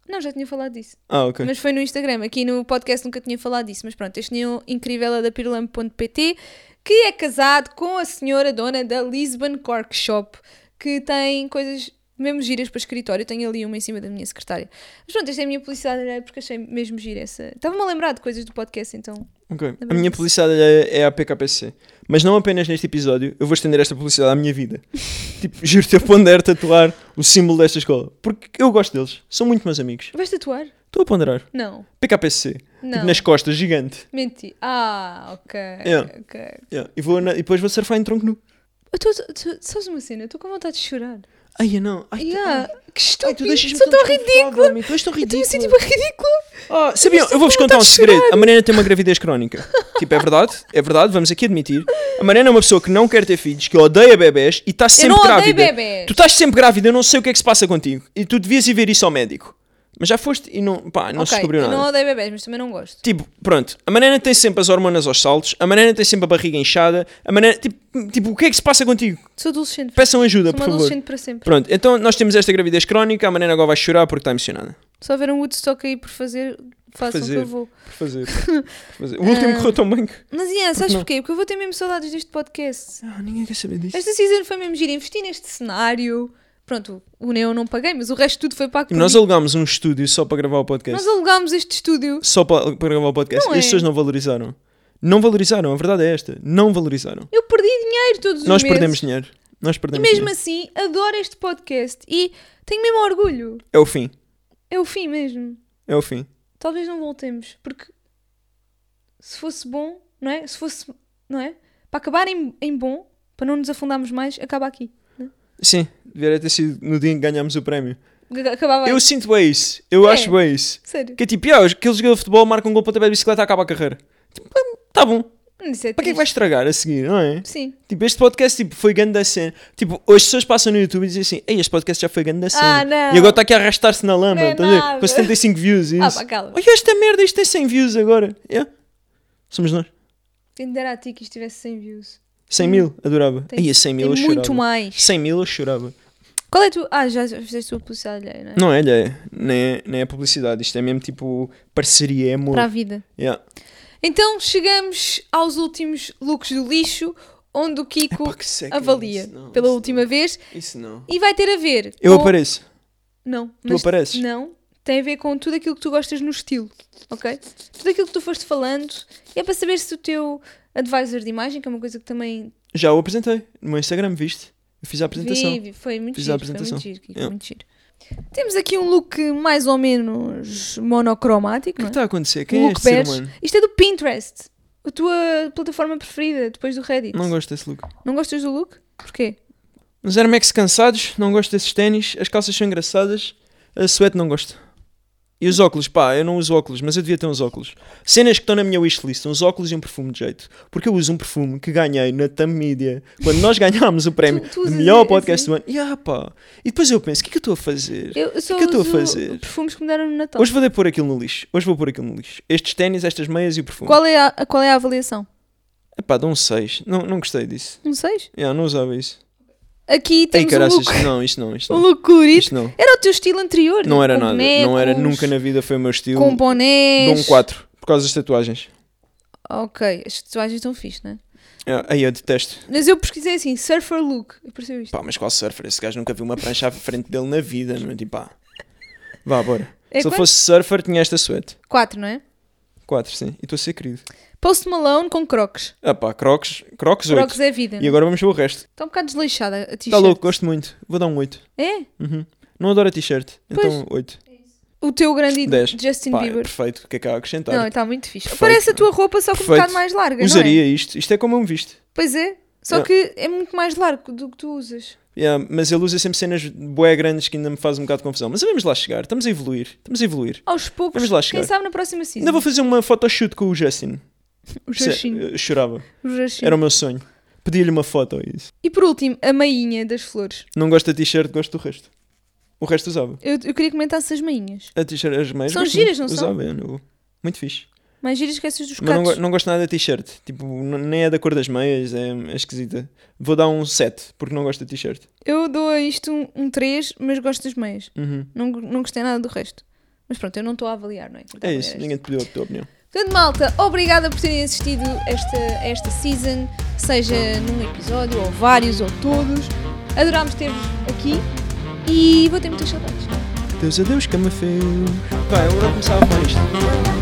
S2: Não, já tinha falado disso.
S3: Ah, ok.
S2: Mas foi no Instagram, aqui no podcast nunca tinha falado disso, mas pronto, este neon incrível é da pirlampo.pt, que é casado com a senhora dona da Lisbon Cork Shop, que tem coisas mesmo giras para escritório, tenho ali uma em cima da minha secretária. Mas pronto, esta é a minha publicidade, era porque achei mesmo gira essa. Estava-me a lembrar de coisas do podcast, então.
S3: Ok. A
S2: Também
S3: minha
S2: disse.
S3: publicidade é, é a PKPC. Mas não apenas neste episódio, eu vou estender esta publicidade à minha
S2: [laughs]
S3: vida. tipo, juro-te, eu ponder tatuar o símbolo desta escola. Porque eu gosto deles. São muito meus amigos.
S2: Vais tatuar?
S3: Estou a ponderar.
S2: Não,
S3: PKPC.
S2: não.
S3: Tipo, nas costas, gigante.
S2: Menti. Ah, ok.
S3: Yeah.
S2: ok.
S3: Yeah. E, vou na- e depois vou surfar em tronco nu.
S2: Eu tô, tô- tô- sabes uma cena? Eu estou com vontade de chorar.
S3: Ai, eu não. Ai, tu-
S2: Yeah. Que
S3: ai,
S2: estúpido.
S3: tu deixas-me
S2: Sou Então, é tão Então,
S3: desconfortável,
S2: ridícula.
S3: amigo. Tu és tão
S2: Eu estou-me a sentir
S3: ridícula.
S2: bem ridícula. é
S3: Ah, sabiam?
S2: tipo
S3: Eu vou-vos contar um segredo. A Mariana tem uma gravidez
S2: [laughs]
S3: crónica. Tipo, é verdade, é verdade, vamos aqui admitir. A Mariana é uma pessoa que não quer ter filhos, que odeia bebés e está sempre
S2: não odeio
S3: grávida.
S2: bebés.
S3: Tu estás sempre grávida, eu não sei o que é que se passa contigo. E tu devias ir ver isso ao médico. Mas já foste e não, pá, não se
S2: Ok,
S3: descobriu
S2: eu
S3: nada.
S2: não odeio bebés, mas também não gosto.
S3: Tipo, pronto, a Mariana tem sempre as hormonas aos saltos, a Mariana tem sempre a barriga inchada, a Mariana, tipo, tipo, o que é que se passa contigo?
S2: Sou adolescente.
S3: Peçam ajuda,
S2: Sou
S3: por
S2: uma
S3: favor.
S2: adolescente para sempre.
S3: Pronto, então nós temos esta gravidez crónica, a Mariana agora vai chorar porque está emocionada.
S2: Se houver um Woodstock aí por fazer, façam
S3: fazer.
S2: que eu vou.
S3: Por [laughs] fazer. por fazer. O último correu tão bem. que-
S2: Mas Ian, sabes
S3: não?
S2: porquê? Porque eu vou ter mesmo saudades deste podcast.
S3: Ah, ninguém quer saber disso.
S2: Esta season foi mesmo gira. Investi neste cenário. Pronto, o Neo não paguei, mas o resto tudo foi pago
S3: E
S2: por
S3: nós
S2: mim.
S3: alugámos um estúdio só para gravar o podcast.
S2: Nós alugámos este estúdio.
S3: Só para, para gravar o podcast.
S2: Não
S3: e as
S2: é.
S3: pessoas não valorizaram. Não valorizaram, a verdade é esta. Não valorizaram.
S2: Eu perdi dinheiro todos os
S3: Nós
S2: meses.
S3: perdemos dinheiro. Nós
S2: E
S3: perdemos
S2: mesmo
S3: dinheiro.
S2: assim, adoro este podcast. E tenho mesmo orgulho.
S3: É o fim.
S2: É o fim mesmo.
S3: É o fim.
S2: Talvez não voltemos. Porque se fosse bom, não é? Se fosse, não é? Para acabar em, em bom, para não nos afundarmos mais, acaba aqui.
S3: Sim, deveria ter sido no dia em que ganhámos o prémio.
S2: Acabava
S3: Eu
S2: aí.
S3: sinto bem isso. Eu
S2: É.
S3: acho bem isso.
S2: Sério.
S3: Que é tipo, ah, aquele jogador de futebol marca um gol para de bicicleta acaba a carreira. Tipo, ah, tá bom.
S2: Isso é
S3: Para que é que vais
S2: triste.
S3: estragar a seguir, não é?
S2: Sim.
S3: Tipo, este podcast tipo, foi grande da cena. Tipo, hoje as pessoas passam no YouTube e dizem assim: Ei, este podcast já foi grande da cena.
S2: Ah, não.
S3: E agora está aqui a arrastar-se na lama,
S2: Não é
S3: estás a ver?
S2: nada.
S3: Com 75 views e
S2: Ah,
S3: isso.
S2: pá, cala.
S3: Olha esta merda, isto tem 100 views agora. Yeah. Somos nós.
S2: Quem dera a ti que isto tivesse 100 views.
S3: 100 mil, adorava.
S2: Hum. Tem-
S3: Aí a 100 mil
S2: Tem
S3: eu
S2: muito
S3: chorava.
S2: mais.
S3: 100 mil eu chorava.
S2: Qual é tu? Ah, já fizeste tua publicidade alheia, não é?
S3: Não é, olha, nem é, nem é publicidade. Isto é mesmo tipo parceria, é amor.
S2: Para a vida.
S3: Yeah.
S2: Então chegamos aos últimos looks do lixo, onde o Kiko
S3: Epá, que é seca,
S2: avalia
S1: isso não,
S2: pela
S1: isso
S2: última vez
S1: Isso não.
S2: e vai ter a ver.
S3: Eu
S2: com-
S3: apareço.
S2: Não,
S3: Tu
S2: mas
S3: apareces.
S2: Não, tem a ver com tudo aquilo que tu gostas no estilo, ok? Tudo aquilo que tu foste falando e é para saber se o teu advisor de imagem, que é uma coisa que também
S3: Já o apresentei no meu Instagram, viste? Eu fiz a apresentação.
S2: vive, foi muito
S3: Fiz
S2: giro,
S3: a
S2: foi
S3: apresentação. É.
S2: muito giro, Kiko,
S3: Yeah.
S2: muito giro. Temos aqui um look mais ou menos monocromático,
S3: O que
S2: não é?
S3: está a acontecer?
S2: Um
S3: Quem é
S2: look
S3: este ser
S2: bege.
S3: humano?
S2: Isto é do Pinterest, a tua plataforma preferida depois do Reddit.
S3: Não gosto desse look.
S2: Não gostas do look? Porquê?
S3: Os Air Max cansados, não gosto desses ténis, as calças são engraçadas, a suéte não gosto. E os óculos, pá, eu não uso óculos, mas eu devia ter uns óculos. Cenas que estão na minha wishlist, uns óculos e um perfume de jeito. Porque eu uso um perfume que ganhei na Tam Media, quando nós ganhámos o prémio
S2: tu
S3: de
S2: usas
S3: melhor
S2: esse?
S3: podcast do ano. E ah, pá. E depois eu penso, o que é que eu estou a fazer?
S2: Eu, eu só
S3: O que é que eu estou a
S2: uso
S3: fazer?
S2: perfumes que me deram no Natal.
S3: Hoje vou pôr aquilo no lixo. Hoje vou pôr aquilo no lixo. Estes ténis, estas meias e o perfume.
S2: Qual é a, qual é a avaliação?
S3: Epá, dou um 6. Não, não gostei disso.
S2: Um 6?
S3: Yeah, não usava isso.
S2: Aqui
S3: Ei,
S2: temos um
S3: caraças,
S2: look,
S3: isto não, isto não,
S2: [laughs]
S3: isto
S2: um
S3: não.
S2: look colorido.
S3: Isto não.
S2: Era o teu estilo anterior.
S3: Não era
S2: com
S3: nada. Não
S2: bonecos,
S3: era nunca na vida foi o meu estilo.
S2: Com
S3: Dou
S2: bonés.
S3: um 4 por causa das tatuagens.
S2: Ok, as tatuagens estão fixe, né?
S3: É, Aí eu detesto.
S2: Mas eu pesquisei assim, surfer look. Apareceu isto.
S3: Pá, mas qual surfer? Esse gajo nunca viu uma prancha à frente dele na vida, não é? Tipo, pá. Vá, bora.
S2: É
S3: Se ele
S2: quanto?
S3: fosse surfer, tinha esta suéte.
S2: 4, não é?
S3: 4, sim. E estou a ser querido.
S2: Post Malone com crocs.
S3: Ah, pá, Crocs, Crocs 8.
S2: Crocs é vida.
S3: E agora Tá vamos ver o resto. Tá
S2: Está um bocado desleixada a t-shirt.
S3: Está louco, gosto muito. Vou dar um 8.
S2: É?
S3: Uhum. Não adoro a t-shirt.
S2: Pois.
S3: Então, 8.
S2: O teu grande ídolo,
S3: 10.
S2: Justin Bieber.
S3: perfeito. O que é que há a acrescentar?
S2: Não, está muito fixe.
S3: Perfeito.
S2: Parece a tua roupa, só que um
S3: Perfeito.
S2: bocado mais larga,
S3: Usaria
S2: não é?
S3: isto. Isto é como eu me visto.
S2: Pois é. Só
S3: Não.
S2: que é muito mais largo do que tu usas.
S3: Yeah, mas ele usa sempre cenas boé grandes que ainda me faz um bocado de confusão. Mas vamos lá chegar. Estamos a evoluir. Estamos a evoluir.
S2: Aos poucos,
S3: Vamos lá
S2: quem
S3: chegar.
S2: sabe na próxima season.
S3: Ainda vou fazer uma photoshoot com o Justin.
S2: O
S3: Se-
S2: Jorginho.
S3: eh, Chorava.
S2: O Jorginho.
S3: Era um- o meu sonho. Pedi-lhe uma foto. Isso.
S2: E por último, a mainha das flores.
S3: Não gosto da t-shirt, gosto do resto. O resto usava.
S2: Eu, eu queria comentar se as mainhas.
S3: A t-shirt as meias.
S2: São
S3: gosto
S2: giras,
S3: muito.
S2: não são?
S3: Usava, eu não- Muito fixe.
S2: Mais giras que essas dos
S3: Mas não,
S2: gatos.
S3: go- não gosto nada da t-shirt. Tipo, n- nem é da cor das meias, é, é esquisita. Vou dar um 7, porque não gosto da t-shirt.
S2: Eu dou a isto um, um 3, mas gosto das meias.
S3: Uhum.
S2: Não, go- não gostei nada do resto. Mas pronto, eu não estou a avaliar, não é? Não estou a
S3: É
S2: avaliar
S3: isso,
S2: isto.
S3: ninguém te pediu a tua opinião.
S2: Portanto, malta, obrigada por terem assistido esta, esta season, seja num episódio, ou vários, ou todos. Adorámos ter-vos aqui e vou ter muitas saudades.
S3: Deus adeus, cama feio. Vai, eu vou começar a falar isto.